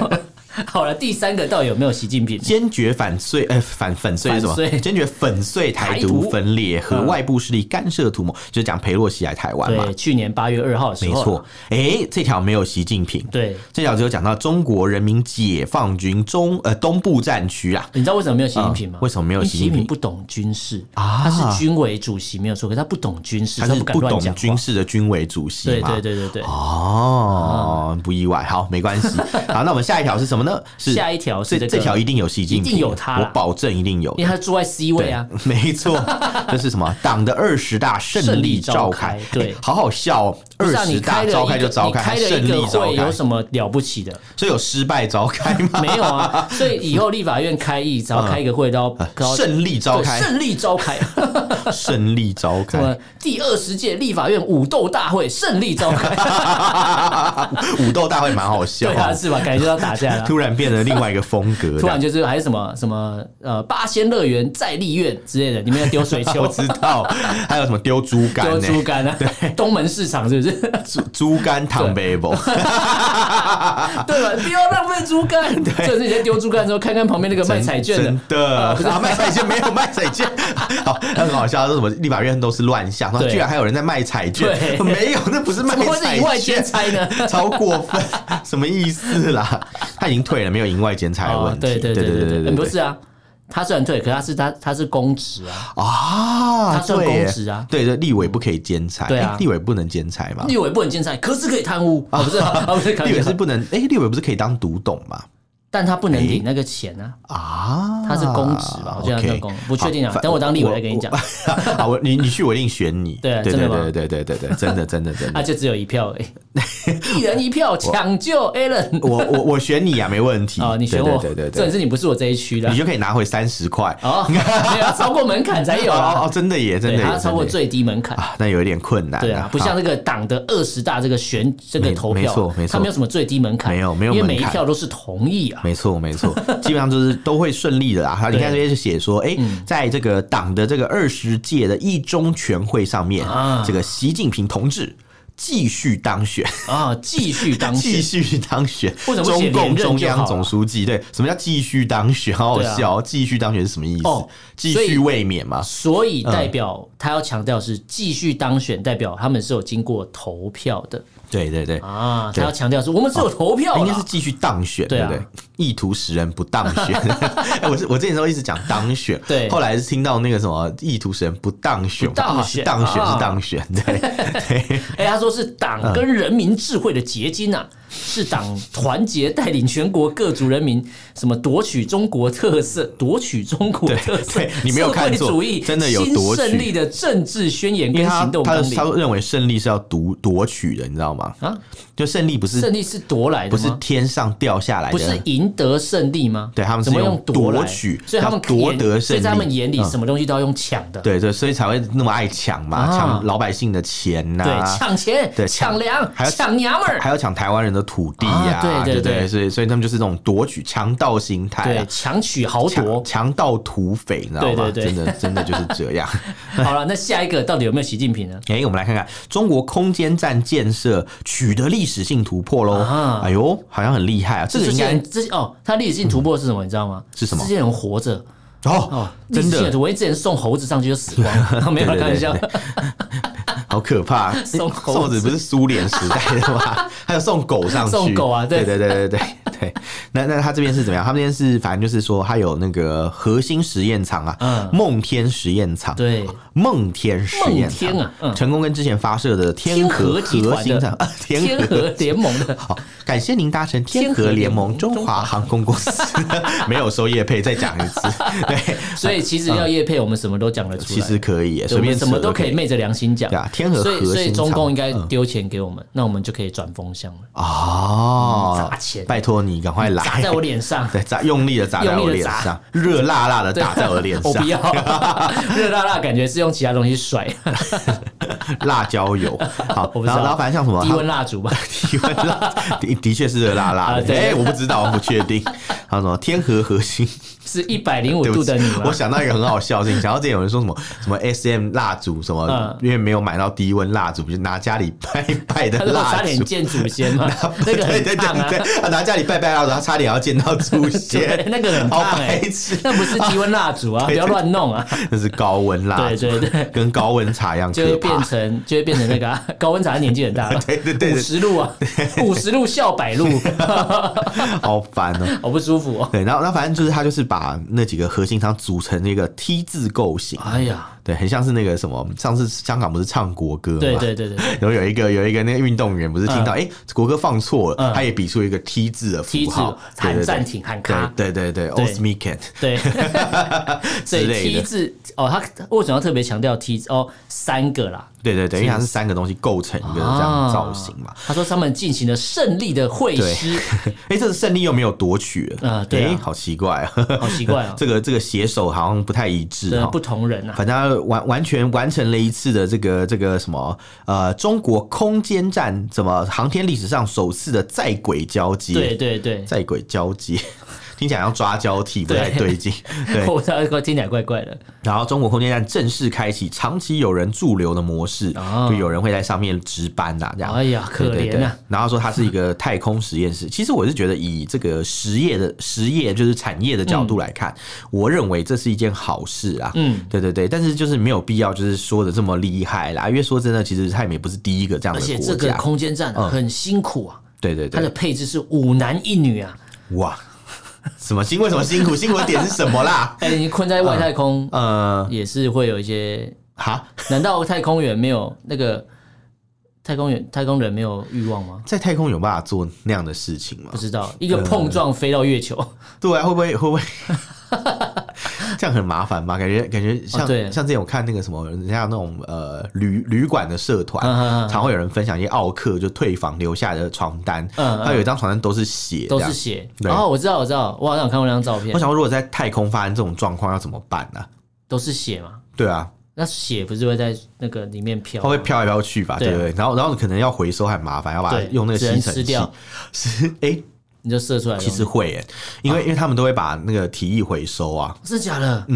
[SPEAKER 2] 好了，第三个到底有没有习近平？
[SPEAKER 1] 坚决反碎，呃，反粉碎是什么
[SPEAKER 2] 粉碎？
[SPEAKER 1] 坚决粉碎台独
[SPEAKER 2] 台独嗯
[SPEAKER 1] 分裂和外部势力干涉图谋，就是讲裴洛西来台湾嘛
[SPEAKER 2] 对，，去年八月二号的时
[SPEAKER 1] 没
[SPEAKER 2] 候，啊
[SPEAKER 1] 错，。哎，这条没有习近平，
[SPEAKER 2] 对，
[SPEAKER 1] 这条只有讲到中国人民解放军中呃东部战区啊，
[SPEAKER 2] 你知道为什么没有习近平吗？
[SPEAKER 1] 嗯为什么没有
[SPEAKER 2] 因
[SPEAKER 1] 习近平
[SPEAKER 2] 习不懂军事
[SPEAKER 1] 啊
[SPEAKER 2] 他是军委主席没有错，可是他不懂军事，
[SPEAKER 1] 他
[SPEAKER 2] 所以
[SPEAKER 1] 是
[SPEAKER 2] 他敢
[SPEAKER 1] 不
[SPEAKER 2] 乱
[SPEAKER 1] 懂
[SPEAKER 2] 讲话
[SPEAKER 1] 军。事的军委主席
[SPEAKER 2] 对
[SPEAKER 1] 嘛。啊
[SPEAKER 2] 对对对对。嗯
[SPEAKER 1] 哦，不意外，好，没关
[SPEAKER 2] [laughs]
[SPEAKER 1] 系。好，那我们下一条是什么呢？是
[SPEAKER 2] 下一条是
[SPEAKER 1] 这
[SPEAKER 2] 这个
[SPEAKER 1] 这条一定有习近平，
[SPEAKER 2] 一定有他啦
[SPEAKER 1] 我保证一定有的。
[SPEAKER 2] 因为他坐在 C 位啊，
[SPEAKER 1] 对，没
[SPEAKER 2] [laughs]
[SPEAKER 1] 错，这是什么？党的二十大胜
[SPEAKER 2] 胜
[SPEAKER 1] 利
[SPEAKER 2] 利
[SPEAKER 1] 召
[SPEAKER 2] 召
[SPEAKER 1] 开
[SPEAKER 2] 开，对
[SPEAKER 1] 哎好好笑哦。
[SPEAKER 2] 不
[SPEAKER 1] 二
[SPEAKER 2] 是啊
[SPEAKER 1] 十
[SPEAKER 2] 你
[SPEAKER 1] 大
[SPEAKER 2] 开了
[SPEAKER 1] 召开
[SPEAKER 2] 一个
[SPEAKER 1] 就召
[SPEAKER 2] 你
[SPEAKER 1] 开，
[SPEAKER 2] 开
[SPEAKER 1] 还
[SPEAKER 2] 了
[SPEAKER 1] 胜
[SPEAKER 2] 一个
[SPEAKER 1] 利召
[SPEAKER 2] 会
[SPEAKER 1] 开
[SPEAKER 2] 有，什么了不
[SPEAKER 1] [laughs]
[SPEAKER 2] 起的？
[SPEAKER 1] 所以有失败召开吗？
[SPEAKER 2] 没有啊，所以以后立法院开议，只要开一个会都要 [laughs] 高
[SPEAKER 1] 嗯胜利召开，
[SPEAKER 2] 胜利
[SPEAKER 1] [laughs]
[SPEAKER 2] 召开，
[SPEAKER 1] 胜利召
[SPEAKER 2] 什么
[SPEAKER 1] 开，
[SPEAKER 2] 第二十届立法院武斗大会胜利召开，
[SPEAKER 1] [laughs] 武斗大会蛮好笑
[SPEAKER 2] [laughs] 对
[SPEAKER 1] 哦
[SPEAKER 2] 啊，。是吧？感觉要打架了。
[SPEAKER 1] [laughs] 突然变成另外一个风格，
[SPEAKER 2] [laughs] 突然就是还是什么什么呃八仙乐园再立院之类的，里面要丢水
[SPEAKER 1] [laughs]
[SPEAKER 2] 球
[SPEAKER 1] 我、知道，还有什么丢猪肝
[SPEAKER 2] 丢
[SPEAKER 1] 呢、
[SPEAKER 2] 猪肝啊，东门市场是不是？
[SPEAKER 1] 猪猪肝糖 b a b
[SPEAKER 2] [laughs] 对吧？不要浪费
[SPEAKER 1] [laughs]
[SPEAKER 2] 猪肝，就是你在丢猪肝的时候，看看旁边那个卖彩券的
[SPEAKER 1] 真。的
[SPEAKER 2] [laughs]
[SPEAKER 1] 啊，卖彩券没有卖彩券，好，很好笑，说什么立法院都是乱象，然后
[SPEAKER 2] 对
[SPEAKER 1] 居然还有人在卖彩券，
[SPEAKER 2] 对
[SPEAKER 1] 没有，那不是卖
[SPEAKER 2] [laughs] 怎么会是
[SPEAKER 1] 彩
[SPEAKER 2] 以外兼
[SPEAKER 1] 券，
[SPEAKER 2] 差呢？
[SPEAKER 1] 超过分，什么意思啦？他已经退了，没有赢外兼差的问
[SPEAKER 2] 哦
[SPEAKER 1] 题，，
[SPEAKER 2] 对
[SPEAKER 1] 对
[SPEAKER 2] 对
[SPEAKER 1] 对
[SPEAKER 2] 对
[SPEAKER 1] 对
[SPEAKER 2] 不是啊，他虽然退，可他是他他是公职啊，
[SPEAKER 1] 啊，
[SPEAKER 2] 他算
[SPEAKER 1] 对耶
[SPEAKER 2] 公职啊
[SPEAKER 1] 对对，立委不可以兼差，哎
[SPEAKER 2] 对啊
[SPEAKER 1] 诶立委不能兼差嘛，
[SPEAKER 2] 立委不能兼差，可是可以贪污啊，不是啊，不
[SPEAKER 1] [laughs]
[SPEAKER 2] 是，
[SPEAKER 1] 立委是
[SPEAKER 2] 是，
[SPEAKER 1] 不能，哎，立委不是可以当独董嘛？
[SPEAKER 2] 但他不能
[SPEAKER 1] 哎
[SPEAKER 2] 领那个钱啊，
[SPEAKER 1] 啊，
[SPEAKER 2] 他是公职吧？我记得他是
[SPEAKER 1] OK
[SPEAKER 2] 公，不确定啊
[SPEAKER 1] 好，
[SPEAKER 2] 等我当立委再跟你讲。
[SPEAKER 1] 好，我 [laughs] 你你去，我一定选你。
[SPEAKER 2] 对啊
[SPEAKER 1] 对
[SPEAKER 2] 真
[SPEAKER 1] 对
[SPEAKER 2] 的吗
[SPEAKER 1] 对对对对对，真的真的真
[SPEAKER 2] [laughs]
[SPEAKER 1] 的。
[SPEAKER 2] 啊，就只有一票而已， [laughs] 一人一票抢救 Alan
[SPEAKER 1] 我我我选你啊，没问题。
[SPEAKER 2] [laughs] 哦，你选我，
[SPEAKER 1] 对对对
[SPEAKER 2] 重点
[SPEAKER 1] 对
[SPEAKER 2] 是你不是我这一区的
[SPEAKER 1] 对，你就可以拿回三十块。 [laughs]
[SPEAKER 2] 哦，没有超过门槛才有
[SPEAKER 1] 哦
[SPEAKER 2] 啊
[SPEAKER 1] 哦，，真的耶， [laughs] 真
[SPEAKER 2] 对，
[SPEAKER 1] 的
[SPEAKER 2] 他
[SPEAKER 1] 耶，
[SPEAKER 2] 超
[SPEAKER 1] 真
[SPEAKER 2] 过
[SPEAKER 1] 的耶
[SPEAKER 2] 最低门槛。
[SPEAKER 1] 啊，那有一点困难。
[SPEAKER 2] 对啊，不像
[SPEAKER 1] 好
[SPEAKER 2] 那个党的二十大这个选这个
[SPEAKER 1] 没
[SPEAKER 2] 投票
[SPEAKER 1] 没错
[SPEAKER 2] 啊，
[SPEAKER 1] 没错
[SPEAKER 2] 它没有什么最低门槛，
[SPEAKER 1] 没有没有
[SPEAKER 2] 因为
[SPEAKER 1] 门
[SPEAKER 2] 每一
[SPEAKER 1] 槛
[SPEAKER 2] 票都是同意啊。
[SPEAKER 1] 没错，没错，基本上就是都会顺利的啦。好，你看这边是写说，哎、
[SPEAKER 2] 嗯
[SPEAKER 1] 在这个党的这个二十届的一中全会上面，
[SPEAKER 2] 啊
[SPEAKER 1] 这个习近平同志继续当选，
[SPEAKER 2] 啊，继续
[SPEAKER 1] [laughs]
[SPEAKER 2] 当
[SPEAKER 1] 继
[SPEAKER 2] 选，
[SPEAKER 1] 续当选，
[SPEAKER 2] [laughs] 为什么不写
[SPEAKER 1] 中共
[SPEAKER 2] 连任
[SPEAKER 1] 中
[SPEAKER 2] 就好
[SPEAKER 1] 央
[SPEAKER 2] 啊
[SPEAKER 1] 总书记？对，什么叫继续当选？好好
[SPEAKER 2] 对啊
[SPEAKER 1] 笑哦，继续当选是什么意思
[SPEAKER 2] 哦？
[SPEAKER 1] 继
[SPEAKER 2] 所以
[SPEAKER 1] 续卫冕嘛？
[SPEAKER 2] 所以代表
[SPEAKER 1] 嗯
[SPEAKER 2] 他要强调是继续当选，代表他们是有经过投票的
[SPEAKER 1] 对对对。对
[SPEAKER 2] 啊。
[SPEAKER 1] 哦
[SPEAKER 2] 他要强调是我们是有投票啦，
[SPEAKER 1] 应该是继续当选，
[SPEAKER 2] 对
[SPEAKER 1] 对
[SPEAKER 2] 啊
[SPEAKER 1] 不对？意图使人不当
[SPEAKER 2] [laughs]
[SPEAKER 1] 选。哎我是我之前都一直讲当选，
[SPEAKER 2] 对
[SPEAKER 1] 后来是听到那个什么意图使人不当选，
[SPEAKER 2] 不当
[SPEAKER 1] 啊
[SPEAKER 2] 选
[SPEAKER 1] 当选
[SPEAKER 2] 啊
[SPEAKER 1] 是当选，对。
[SPEAKER 2] [laughs] 哎、他说是党
[SPEAKER 1] 嗯
[SPEAKER 2] 跟人民智慧的结晶啊，是党团结带领全国各族人民，什么夺取中国特色，夺取中国特色
[SPEAKER 1] 对，你没有看错
[SPEAKER 2] 社会主义
[SPEAKER 1] 真的有夺取
[SPEAKER 2] 新胜利的政治宣言
[SPEAKER 1] 因为
[SPEAKER 2] 跟
[SPEAKER 1] 他
[SPEAKER 2] 行动
[SPEAKER 1] 他
[SPEAKER 2] 纲
[SPEAKER 1] 他
[SPEAKER 2] 领
[SPEAKER 1] 认为胜利是要夺夺取的，你知道吗？
[SPEAKER 2] 啊，
[SPEAKER 1] 就胜利不是
[SPEAKER 2] 胜利是夺来
[SPEAKER 1] 不
[SPEAKER 2] 的
[SPEAKER 1] 是
[SPEAKER 2] 吗？
[SPEAKER 1] 天上掉下来的，
[SPEAKER 2] 不是赢得胜利吗？
[SPEAKER 1] 对他们是
[SPEAKER 2] 怎么
[SPEAKER 1] 用
[SPEAKER 2] 夺来
[SPEAKER 1] 夺取
[SPEAKER 2] 所以他们
[SPEAKER 1] 要夺得胜利
[SPEAKER 2] 眼所以在他们眼里
[SPEAKER 1] 嗯
[SPEAKER 2] 什么东西都要用抢的，
[SPEAKER 1] 对对，所以才会那么爱抢嘛，
[SPEAKER 2] 啊
[SPEAKER 1] 抢老百姓的钱呐、
[SPEAKER 2] 对，抢钱
[SPEAKER 1] 啊对、抢
[SPEAKER 2] 抢粮、
[SPEAKER 1] 还要
[SPEAKER 2] 抢娘们儿，
[SPEAKER 1] 还要抢台湾人的土地呀、
[SPEAKER 2] 啊对
[SPEAKER 1] 对不
[SPEAKER 2] 对对
[SPEAKER 1] 所以所以他们就是这种夺取强盗心态、
[SPEAKER 2] 对
[SPEAKER 1] 啊，，
[SPEAKER 2] 强取豪夺
[SPEAKER 1] 强。强盗土匪，你知道吗？
[SPEAKER 2] 对对对
[SPEAKER 1] 真的真的就是这样。 [laughs]
[SPEAKER 2] 好了，那下一个到底有没有习近平呢？
[SPEAKER 1] 哎、我们来看看中国空间站建设取得历史性突破喽！
[SPEAKER 2] 啊
[SPEAKER 1] 哎呦，好像很厉害啊！这个
[SPEAKER 2] 这
[SPEAKER 1] 应
[SPEAKER 2] 些
[SPEAKER 1] 该嗯
[SPEAKER 2] 人这些哦，他历史性突破是什么？你知道吗？
[SPEAKER 1] 是什么
[SPEAKER 2] 这些人活着
[SPEAKER 1] 哦
[SPEAKER 2] 哦，，历史
[SPEAKER 1] 真
[SPEAKER 2] 性
[SPEAKER 1] 的
[SPEAKER 2] 突破，因为之前送猴子上去就死光
[SPEAKER 1] [laughs]
[SPEAKER 2] 了，然后没有
[SPEAKER 1] 对对
[SPEAKER 2] 开玩笑
[SPEAKER 1] 对。好可怕！ [laughs]
[SPEAKER 2] 送猴子 [laughs]
[SPEAKER 1] 子不是苏联时代的吗？还有送狗上去，
[SPEAKER 2] 送狗啊对 [laughs]
[SPEAKER 1] 对对对对对对，那那他这边是怎么样？他这边是反正就是说，他有那个核心实验场啊，
[SPEAKER 2] 嗯
[SPEAKER 1] 梦天实验场，
[SPEAKER 2] 对
[SPEAKER 1] 梦天实验
[SPEAKER 2] 梦天
[SPEAKER 1] 场
[SPEAKER 2] 啊嗯
[SPEAKER 1] 成功跟之前发射的
[SPEAKER 2] 天
[SPEAKER 1] 河
[SPEAKER 2] 河集团
[SPEAKER 1] 核
[SPEAKER 2] 的
[SPEAKER 1] 心厂，啊 [laughs] 天
[SPEAKER 2] 天
[SPEAKER 1] 河
[SPEAKER 2] 河联盟
[SPEAKER 1] [laughs]
[SPEAKER 2] 的，
[SPEAKER 1] 好，感谢您搭乘天
[SPEAKER 2] 天河
[SPEAKER 1] 河联
[SPEAKER 2] 联
[SPEAKER 1] 盟
[SPEAKER 2] 盟
[SPEAKER 1] 中
[SPEAKER 2] 中
[SPEAKER 1] 华
[SPEAKER 2] 华
[SPEAKER 1] 航空公司，没有收业配，再讲
[SPEAKER 2] [laughs]
[SPEAKER 1] 一次。对，
[SPEAKER 2] 所以其实要业配，我们什么都讲得出
[SPEAKER 1] 其
[SPEAKER 2] 来，
[SPEAKER 1] 实可以耶，
[SPEAKER 2] 对
[SPEAKER 1] 随
[SPEAKER 2] 我
[SPEAKER 1] 便
[SPEAKER 2] 们什么都可以
[SPEAKER 1] 扯
[SPEAKER 2] 昧着良心讲
[SPEAKER 1] 对。啊，天河
[SPEAKER 2] 所以，
[SPEAKER 1] 核
[SPEAKER 2] 所以
[SPEAKER 1] 心嗯
[SPEAKER 2] 中
[SPEAKER 1] 厂
[SPEAKER 2] 共应该丢钱给我们，那我们就可以转风向了，
[SPEAKER 1] 哦，
[SPEAKER 2] 砸钱
[SPEAKER 1] 拜托你赶快来，
[SPEAKER 2] 砸在我脸上。
[SPEAKER 1] 哎 [laughs] 对，砸用力的砸在
[SPEAKER 2] 用
[SPEAKER 1] 我
[SPEAKER 2] 力地
[SPEAKER 1] 脸
[SPEAKER 2] 砸
[SPEAKER 1] 上，热辣辣的
[SPEAKER 2] 对啊
[SPEAKER 1] 打在我脸上，
[SPEAKER 2] 我不要热辣辣，感觉是用其他东西甩，
[SPEAKER 1] [laughs]
[SPEAKER 2] [laughs]
[SPEAKER 1] 辣椒油。好，
[SPEAKER 2] 我不知
[SPEAKER 1] 然后
[SPEAKER 2] 道
[SPEAKER 1] 然后反正像什么
[SPEAKER 2] 低温蜡烛吧。
[SPEAKER 1] [laughs] 体温辣，的的确是热辣辣
[SPEAKER 2] 啊
[SPEAKER 1] 的。
[SPEAKER 2] 对
[SPEAKER 1] 哎，我不知道，我不确定。还有什么天河核
[SPEAKER 2] [laughs]
[SPEAKER 1] 心？
[SPEAKER 2] 是一百零五
[SPEAKER 1] 对不
[SPEAKER 2] 度
[SPEAKER 1] 起
[SPEAKER 2] 的你吗？
[SPEAKER 1] 我想到一个很好笑的事情，想到之前有人说什么什么 S M 蜡烛什么
[SPEAKER 2] 嗯，
[SPEAKER 1] 因为没有买到低温蜡烛，就拿家里拜拜的
[SPEAKER 2] 他说我
[SPEAKER 1] 蜡
[SPEAKER 2] 差点
[SPEAKER 1] 烛。，
[SPEAKER 2] 见祖先嘛那
[SPEAKER 1] [laughs] 对
[SPEAKER 2] 个很
[SPEAKER 1] 对对
[SPEAKER 2] 烫啊，
[SPEAKER 1] 对，对他拿家里拜拜蜡烛，他差点要见到 [laughs] 祖
[SPEAKER 2] 对
[SPEAKER 1] 先，
[SPEAKER 2] 那个 [laughs] 很
[SPEAKER 1] 好
[SPEAKER 2] 烫哎
[SPEAKER 1] 白痴，
[SPEAKER 2] 那不是低温蜡烛啊，不
[SPEAKER 1] [laughs] 对对
[SPEAKER 2] 要乱弄啊，
[SPEAKER 1] 那是高温蜡烛，
[SPEAKER 2] 对对对
[SPEAKER 1] 跟高温茶一样
[SPEAKER 2] 就会
[SPEAKER 1] 可
[SPEAKER 2] 变
[SPEAKER 1] 怕。
[SPEAKER 2] 成就会变成那
[SPEAKER 1] [laughs]
[SPEAKER 2] 个啊高温茶年纪很大了，
[SPEAKER 1] 对对对对
[SPEAKER 2] 五十
[SPEAKER 1] [laughs]
[SPEAKER 2] 路啊，五十路笑百路， [laughs]
[SPEAKER 1] 好烦哦、
[SPEAKER 2] 好不舒服哦，
[SPEAKER 1] 对，然后那反正就是他就是把那几个核心厂组成那个 T 字构型，
[SPEAKER 2] 哎呀，
[SPEAKER 1] 对，很像是那个什么，上次香港不是唱国歌嘛？
[SPEAKER 2] 对对对对对。
[SPEAKER 1] 然后有一个有一个那个运动员不是听到哎、诶国歌放错了，
[SPEAKER 2] 嗯
[SPEAKER 1] 他也比出一个 T 字的
[SPEAKER 2] T
[SPEAKER 1] 符
[SPEAKER 2] 字
[SPEAKER 1] 号，对
[SPEAKER 2] 喊暂。停，喊
[SPEAKER 1] 对
[SPEAKER 2] 卡，
[SPEAKER 1] 对对对对 o
[SPEAKER 2] 对
[SPEAKER 1] s m i k a n [laughs]
[SPEAKER 2] 对，所以
[SPEAKER 1] 之类的
[SPEAKER 2] T 字哦，他为什么要特别强调 T 字哦？三个啦，
[SPEAKER 1] 对对对，因为它是三个东西构成一个这样的造型嘛
[SPEAKER 2] 啊。他说他们进行了胜利的会师，
[SPEAKER 1] 哎、这个胜利又没有夺取了
[SPEAKER 2] 啊对啊
[SPEAKER 1] 诶好奇怪啊， [laughs]
[SPEAKER 2] 好奇怪哦
[SPEAKER 1] 这个这个写手好像不太一致
[SPEAKER 2] 的
[SPEAKER 1] 哈、
[SPEAKER 2] 不同人啊，
[SPEAKER 1] 反正他完完全完成了一次的这个这个什么呃，中国空间站怎么航天历史上首次的在轨交接？
[SPEAKER 2] 对对对，
[SPEAKER 1] 在轨交接， [laughs] 听起来要抓交替，不太
[SPEAKER 2] 对
[SPEAKER 1] 对劲。对，
[SPEAKER 2] [laughs] 我这个听起来怪怪的，
[SPEAKER 1] 然后中国空间站正式开启长期有人驻留的模式，
[SPEAKER 2] 哦
[SPEAKER 1] 就有人会在上面值班啊呐、这样。
[SPEAKER 2] 哎呀
[SPEAKER 1] 对
[SPEAKER 2] 可
[SPEAKER 1] 对
[SPEAKER 2] 怜
[SPEAKER 1] 对
[SPEAKER 2] 啊
[SPEAKER 1] 然后说它是一个太空实验室，其实我是觉得以这个实业的实业就是产业的角度来看，我认为这是一件好事啊。
[SPEAKER 2] 嗯
[SPEAKER 1] 对对对，但是就是没有必要就是说的这么厉害啦，因为说真的，其实他们也不是第一个这样
[SPEAKER 2] 而
[SPEAKER 1] 的
[SPEAKER 2] 且
[SPEAKER 1] 国
[SPEAKER 2] 这个
[SPEAKER 1] 家。
[SPEAKER 2] 空间站啊
[SPEAKER 1] 嗯
[SPEAKER 2] 很辛苦啊，
[SPEAKER 1] 对对
[SPEAKER 2] 它的
[SPEAKER 1] 对，
[SPEAKER 2] 配置是五男一女啊，
[SPEAKER 1] 哇，什么辛为什么辛苦？辛苦的点是什么
[SPEAKER 2] [laughs]
[SPEAKER 1] 啦？
[SPEAKER 2] 哎，你困在外太空
[SPEAKER 1] 呃，
[SPEAKER 2] 也是会有一些，
[SPEAKER 1] 哈，
[SPEAKER 2] 难道太空员没有那个太空员太空人没有欲望吗？
[SPEAKER 1] 在太空有办法做那样的事情吗
[SPEAKER 2] 不？知道，一个碰撞飞到月球，
[SPEAKER 1] 对啊，会不会会不会 [laughs] 这样很麻烦吧？感觉感觉像、
[SPEAKER 2] 哦对
[SPEAKER 1] 像之前我看那个什么，人家那种呃旅旅馆的社团，
[SPEAKER 2] 嗯嗯 [laughs] 嗯
[SPEAKER 1] 常会有人分享一些奥客就退房留下来的床单，
[SPEAKER 2] 嗯嗯
[SPEAKER 1] 他有一张床单都是血，
[SPEAKER 2] 都
[SPEAKER 1] 这
[SPEAKER 2] 是
[SPEAKER 1] 样。
[SPEAKER 2] 血。
[SPEAKER 1] 对
[SPEAKER 2] 然后我知道，我知道，我好像有看过那张照片
[SPEAKER 1] 我，想说，如果在太空发生这种状况，要怎么办呢、
[SPEAKER 2] 都是血嘛。
[SPEAKER 1] 对啊，
[SPEAKER 2] 那血不是会在那个里面飘
[SPEAKER 1] 它？会飘来飘去吧，
[SPEAKER 2] 对
[SPEAKER 1] 对
[SPEAKER 2] 啊
[SPEAKER 1] 不对？然后，然后可能要回收很麻烦，要把它
[SPEAKER 2] 对
[SPEAKER 1] 用那个
[SPEAKER 2] 只
[SPEAKER 1] 吸
[SPEAKER 2] 能
[SPEAKER 1] 尘
[SPEAKER 2] 吃
[SPEAKER 1] 器
[SPEAKER 2] 掉。
[SPEAKER 1] 是哎、
[SPEAKER 2] 你就射出来了。
[SPEAKER 1] 其实会耶，因
[SPEAKER 2] 啊
[SPEAKER 1] 为、因为他们都会把那个提议回收啊。
[SPEAKER 2] 是假的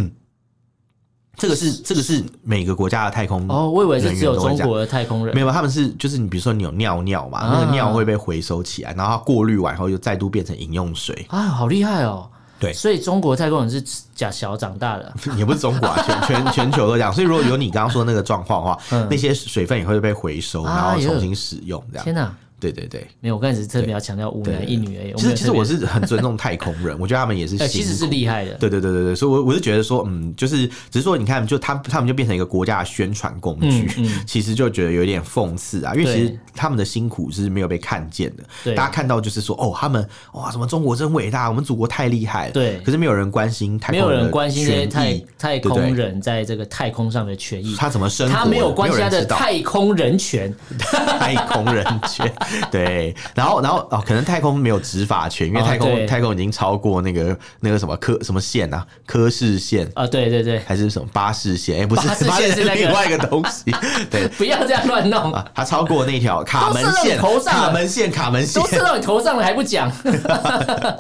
[SPEAKER 1] 这个是这个是每个国家的太空
[SPEAKER 2] 哦，我以为是
[SPEAKER 1] 人员
[SPEAKER 2] 只有
[SPEAKER 1] 都会
[SPEAKER 2] 中
[SPEAKER 1] 这样
[SPEAKER 2] 国的太空人
[SPEAKER 1] 没。有，他们是就是你比如说你有尿尿嘛，
[SPEAKER 2] 啊，
[SPEAKER 1] 那个尿会被回收起来，然后它过滤完后又再度变成饮用水 [laughs]
[SPEAKER 2] 啊，好厉害哦！
[SPEAKER 1] 对
[SPEAKER 2] 所以中国太空人是假小长大的，
[SPEAKER 1] 也不是中国啊，全全 [laughs] 全球都这样。所以如果有你刚刚说那个状况的话，
[SPEAKER 2] 嗯
[SPEAKER 1] 那些水分也会被回收，
[SPEAKER 2] 啊
[SPEAKER 1] 然后重新使用这样。
[SPEAKER 2] 天哪、
[SPEAKER 1] 对对对。
[SPEAKER 2] 没有，我刚才只是特别要强调五男一女而已。
[SPEAKER 1] 其实其实我
[SPEAKER 2] 是，
[SPEAKER 1] 是很尊重太空人，我觉得他们也是
[SPEAKER 2] [laughs] 呃，
[SPEAKER 1] 辛
[SPEAKER 2] 其
[SPEAKER 1] 苦
[SPEAKER 2] 实是厉害的。
[SPEAKER 1] 对对对对对，所以我我是觉得说，嗯，就是只是说，你看，就他他们就变成一个国家的宣传工具，
[SPEAKER 2] 嗯
[SPEAKER 1] 其实就觉得有点讽刺啊，因为
[SPEAKER 2] 对
[SPEAKER 1] 其实他们的辛苦是没有被看见的，
[SPEAKER 2] 对
[SPEAKER 1] 大家看到就是说，哦，他们哇，什么中国真伟大，我们祖国太厉害了，
[SPEAKER 2] 对
[SPEAKER 1] 可是没有人关心太
[SPEAKER 2] 没
[SPEAKER 1] 空
[SPEAKER 2] 有
[SPEAKER 1] 的
[SPEAKER 2] 人关心这些
[SPEAKER 1] 权
[SPEAKER 2] 太
[SPEAKER 1] 益
[SPEAKER 2] 太
[SPEAKER 1] 对不
[SPEAKER 2] 空
[SPEAKER 1] 对
[SPEAKER 2] 人在这个太空上的权益，
[SPEAKER 1] 他怎么生活的，
[SPEAKER 2] 他没有关心
[SPEAKER 1] 没有
[SPEAKER 2] 他的
[SPEAKER 1] 人知道
[SPEAKER 2] 太空人权。
[SPEAKER 1] [laughs] 太空人
[SPEAKER 2] [laughs]
[SPEAKER 1] 权，对，然后然后哦，可能太空没有执法权，因为
[SPEAKER 2] 哦
[SPEAKER 1] 太空、
[SPEAKER 2] 对
[SPEAKER 1] 太空已经超过那个那个什么科什么线啊，科氏线
[SPEAKER 2] 啊，对对对， [laughs]
[SPEAKER 1] 还是什么巴士线？哎、不是，
[SPEAKER 2] 巴士线是那个
[SPEAKER 1] 另外一个东
[SPEAKER 2] [laughs]
[SPEAKER 1] 西。对
[SPEAKER 2] 不要这样乱弄，
[SPEAKER 1] 啊，它超过那条卡门
[SPEAKER 2] 都射到
[SPEAKER 1] 线
[SPEAKER 2] 你头，上了
[SPEAKER 1] 卡门线，卡门线
[SPEAKER 2] 都，射到你头上了还
[SPEAKER 1] [laughs]
[SPEAKER 2] 不讲，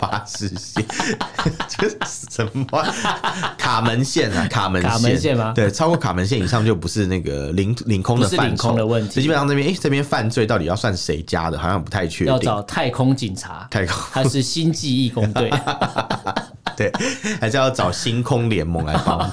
[SPEAKER 1] 巴士
[SPEAKER 2] [laughs]
[SPEAKER 1] 线，这是什么卡门线啊？卡门线，
[SPEAKER 2] 卡门线吗
[SPEAKER 1] 对，超过卡门线以上就不是那个领领空的
[SPEAKER 2] 不是
[SPEAKER 1] 范
[SPEAKER 2] 领
[SPEAKER 1] 畴
[SPEAKER 2] 空的问题
[SPEAKER 1] 所以基本上那边，哎、这边犯罪到底要算谁家 [laughs] 的？好像不太确
[SPEAKER 2] 要
[SPEAKER 1] 定。
[SPEAKER 2] 找太空警察。
[SPEAKER 1] 太空 [laughs]
[SPEAKER 2] 他是星际义工队，
[SPEAKER 1] 对，还是要找星空联盟来帮
[SPEAKER 2] [laughs]
[SPEAKER 1] 忙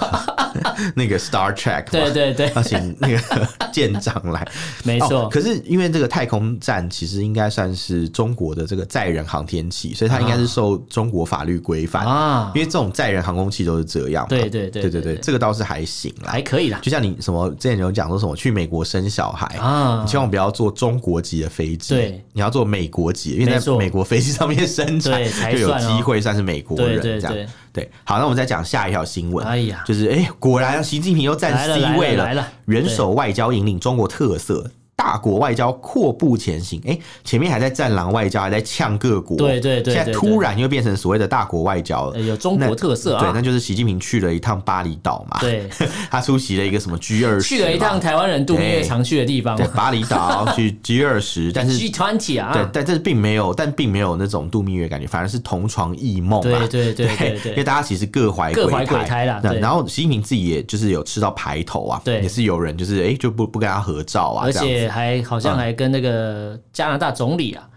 [SPEAKER 1] 那个 Star Trek，嘛
[SPEAKER 2] 对
[SPEAKER 1] [laughs]
[SPEAKER 2] 对对
[SPEAKER 1] 要请那个舰长来，
[SPEAKER 2] 没错
[SPEAKER 1] 哦可是因为这个太空站其实应该算是中国的这个载人航天器，所以它应该是受中国法律规范
[SPEAKER 2] 啊
[SPEAKER 1] 因为这种载人航空器都是这样嘛。
[SPEAKER 2] 对对对
[SPEAKER 1] 对
[SPEAKER 2] 对对
[SPEAKER 1] 这个倒是还行啦。
[SPEAKER 2] 还可以
[SPEAKER 1] [laughs]
[SPEAKER 2] 啦。
[SPEAKER 1] 就像你什么之前有讲说什么去美国生小孩
[SPEAKER 2] 啊
[SPEAKER 1] 你千万不要坐中国籍的飞机，
[SPEAKER 2] 对，
[SPEAKER 1] 你要坐美国籍，因为
[SPEAKER 2] 没
[SPEAKER 1] 在
[SPEAKER 2] 错
[SPEAKER 1] 美国飞机上面生产
[SPEAKER 2] 对才
[SPEAKER 1] 就有
[SPEAKER 2] 算哦
[SPEAKER 1] 机会算是美国人
[SPEAKER 2] 对对
[SPEAKER 1] 这样。
[SPEAKER 2] 对
[SPEAKER 1] 对好，那我们再讲下一条新闻。
[SPEAKER 2] 哎呀
[SPEAKER 1] 就是哎、果然习近平又占
[SPEAKER 2] 来了
[SPEAKER 1] C 位
[SPEAKER 2] 来了来了
[SPEAKER 1] 元首外交引领中国特色。大国外交阔步前行，哎、前面还在战狼外交，还在呛各国，
[SPEAKER 2] 对对对
[SPEAKER 1] 现在
[SPEAKER 2] 对对
[SPEAKER 1] 突然又变成所谓的大国外交了，
[SPEAKER 2] 呃有中国
[SPEAKER 1] 那
[SPEAKER 2] 特色啊
[SPEAKER 1] 对，那就是习近平去了一趟巴厘岛嘛，
[SPEAKER 2] 对，
[SPEAKER 1] 他出席了一个什么 G 二十，
[SPEAKER 2] 去了一趟台湾人度蜜月常去的地方
[SPEAKER 1] 对巴厘
[SPEAKER 2] [laughs]
[SPEAKER 1] 岛去 G 二十，但是
[SPEAKER 2] 哎，G。twenty 啊，
[SPEAKER 1] 对，但这并没有，但并没有那种度蜜月感觉，反而是同床异梦嘛。
[SPEAKER 2] 对对对对对
[SPEAKER 1] 因为大家其实各怀
[SPEAKER 2] 各怀
[SPEAKER 1] 鬼
[SPEAKER 2] 鬼胎啦
[SPEAKER 1] 那
[SPEAKER 2] 对
[SPEAKER 1] 然后习近平自己也就是有吃到排头啊，
[SPEAKER 2] 对
[SPEAKER 1] 也是有人就是哎、就不不跟他合照啊，
[SPEAKER 2] 而
[SPEAKER 1] 这样
[SPEAKER 2] 且
[SPEAKER 1] 子
[SPEAKER 2] 还好
[SPEAKER 1] 嗯
[SPEAKER 2] 像还跟那个加拿大总理啊，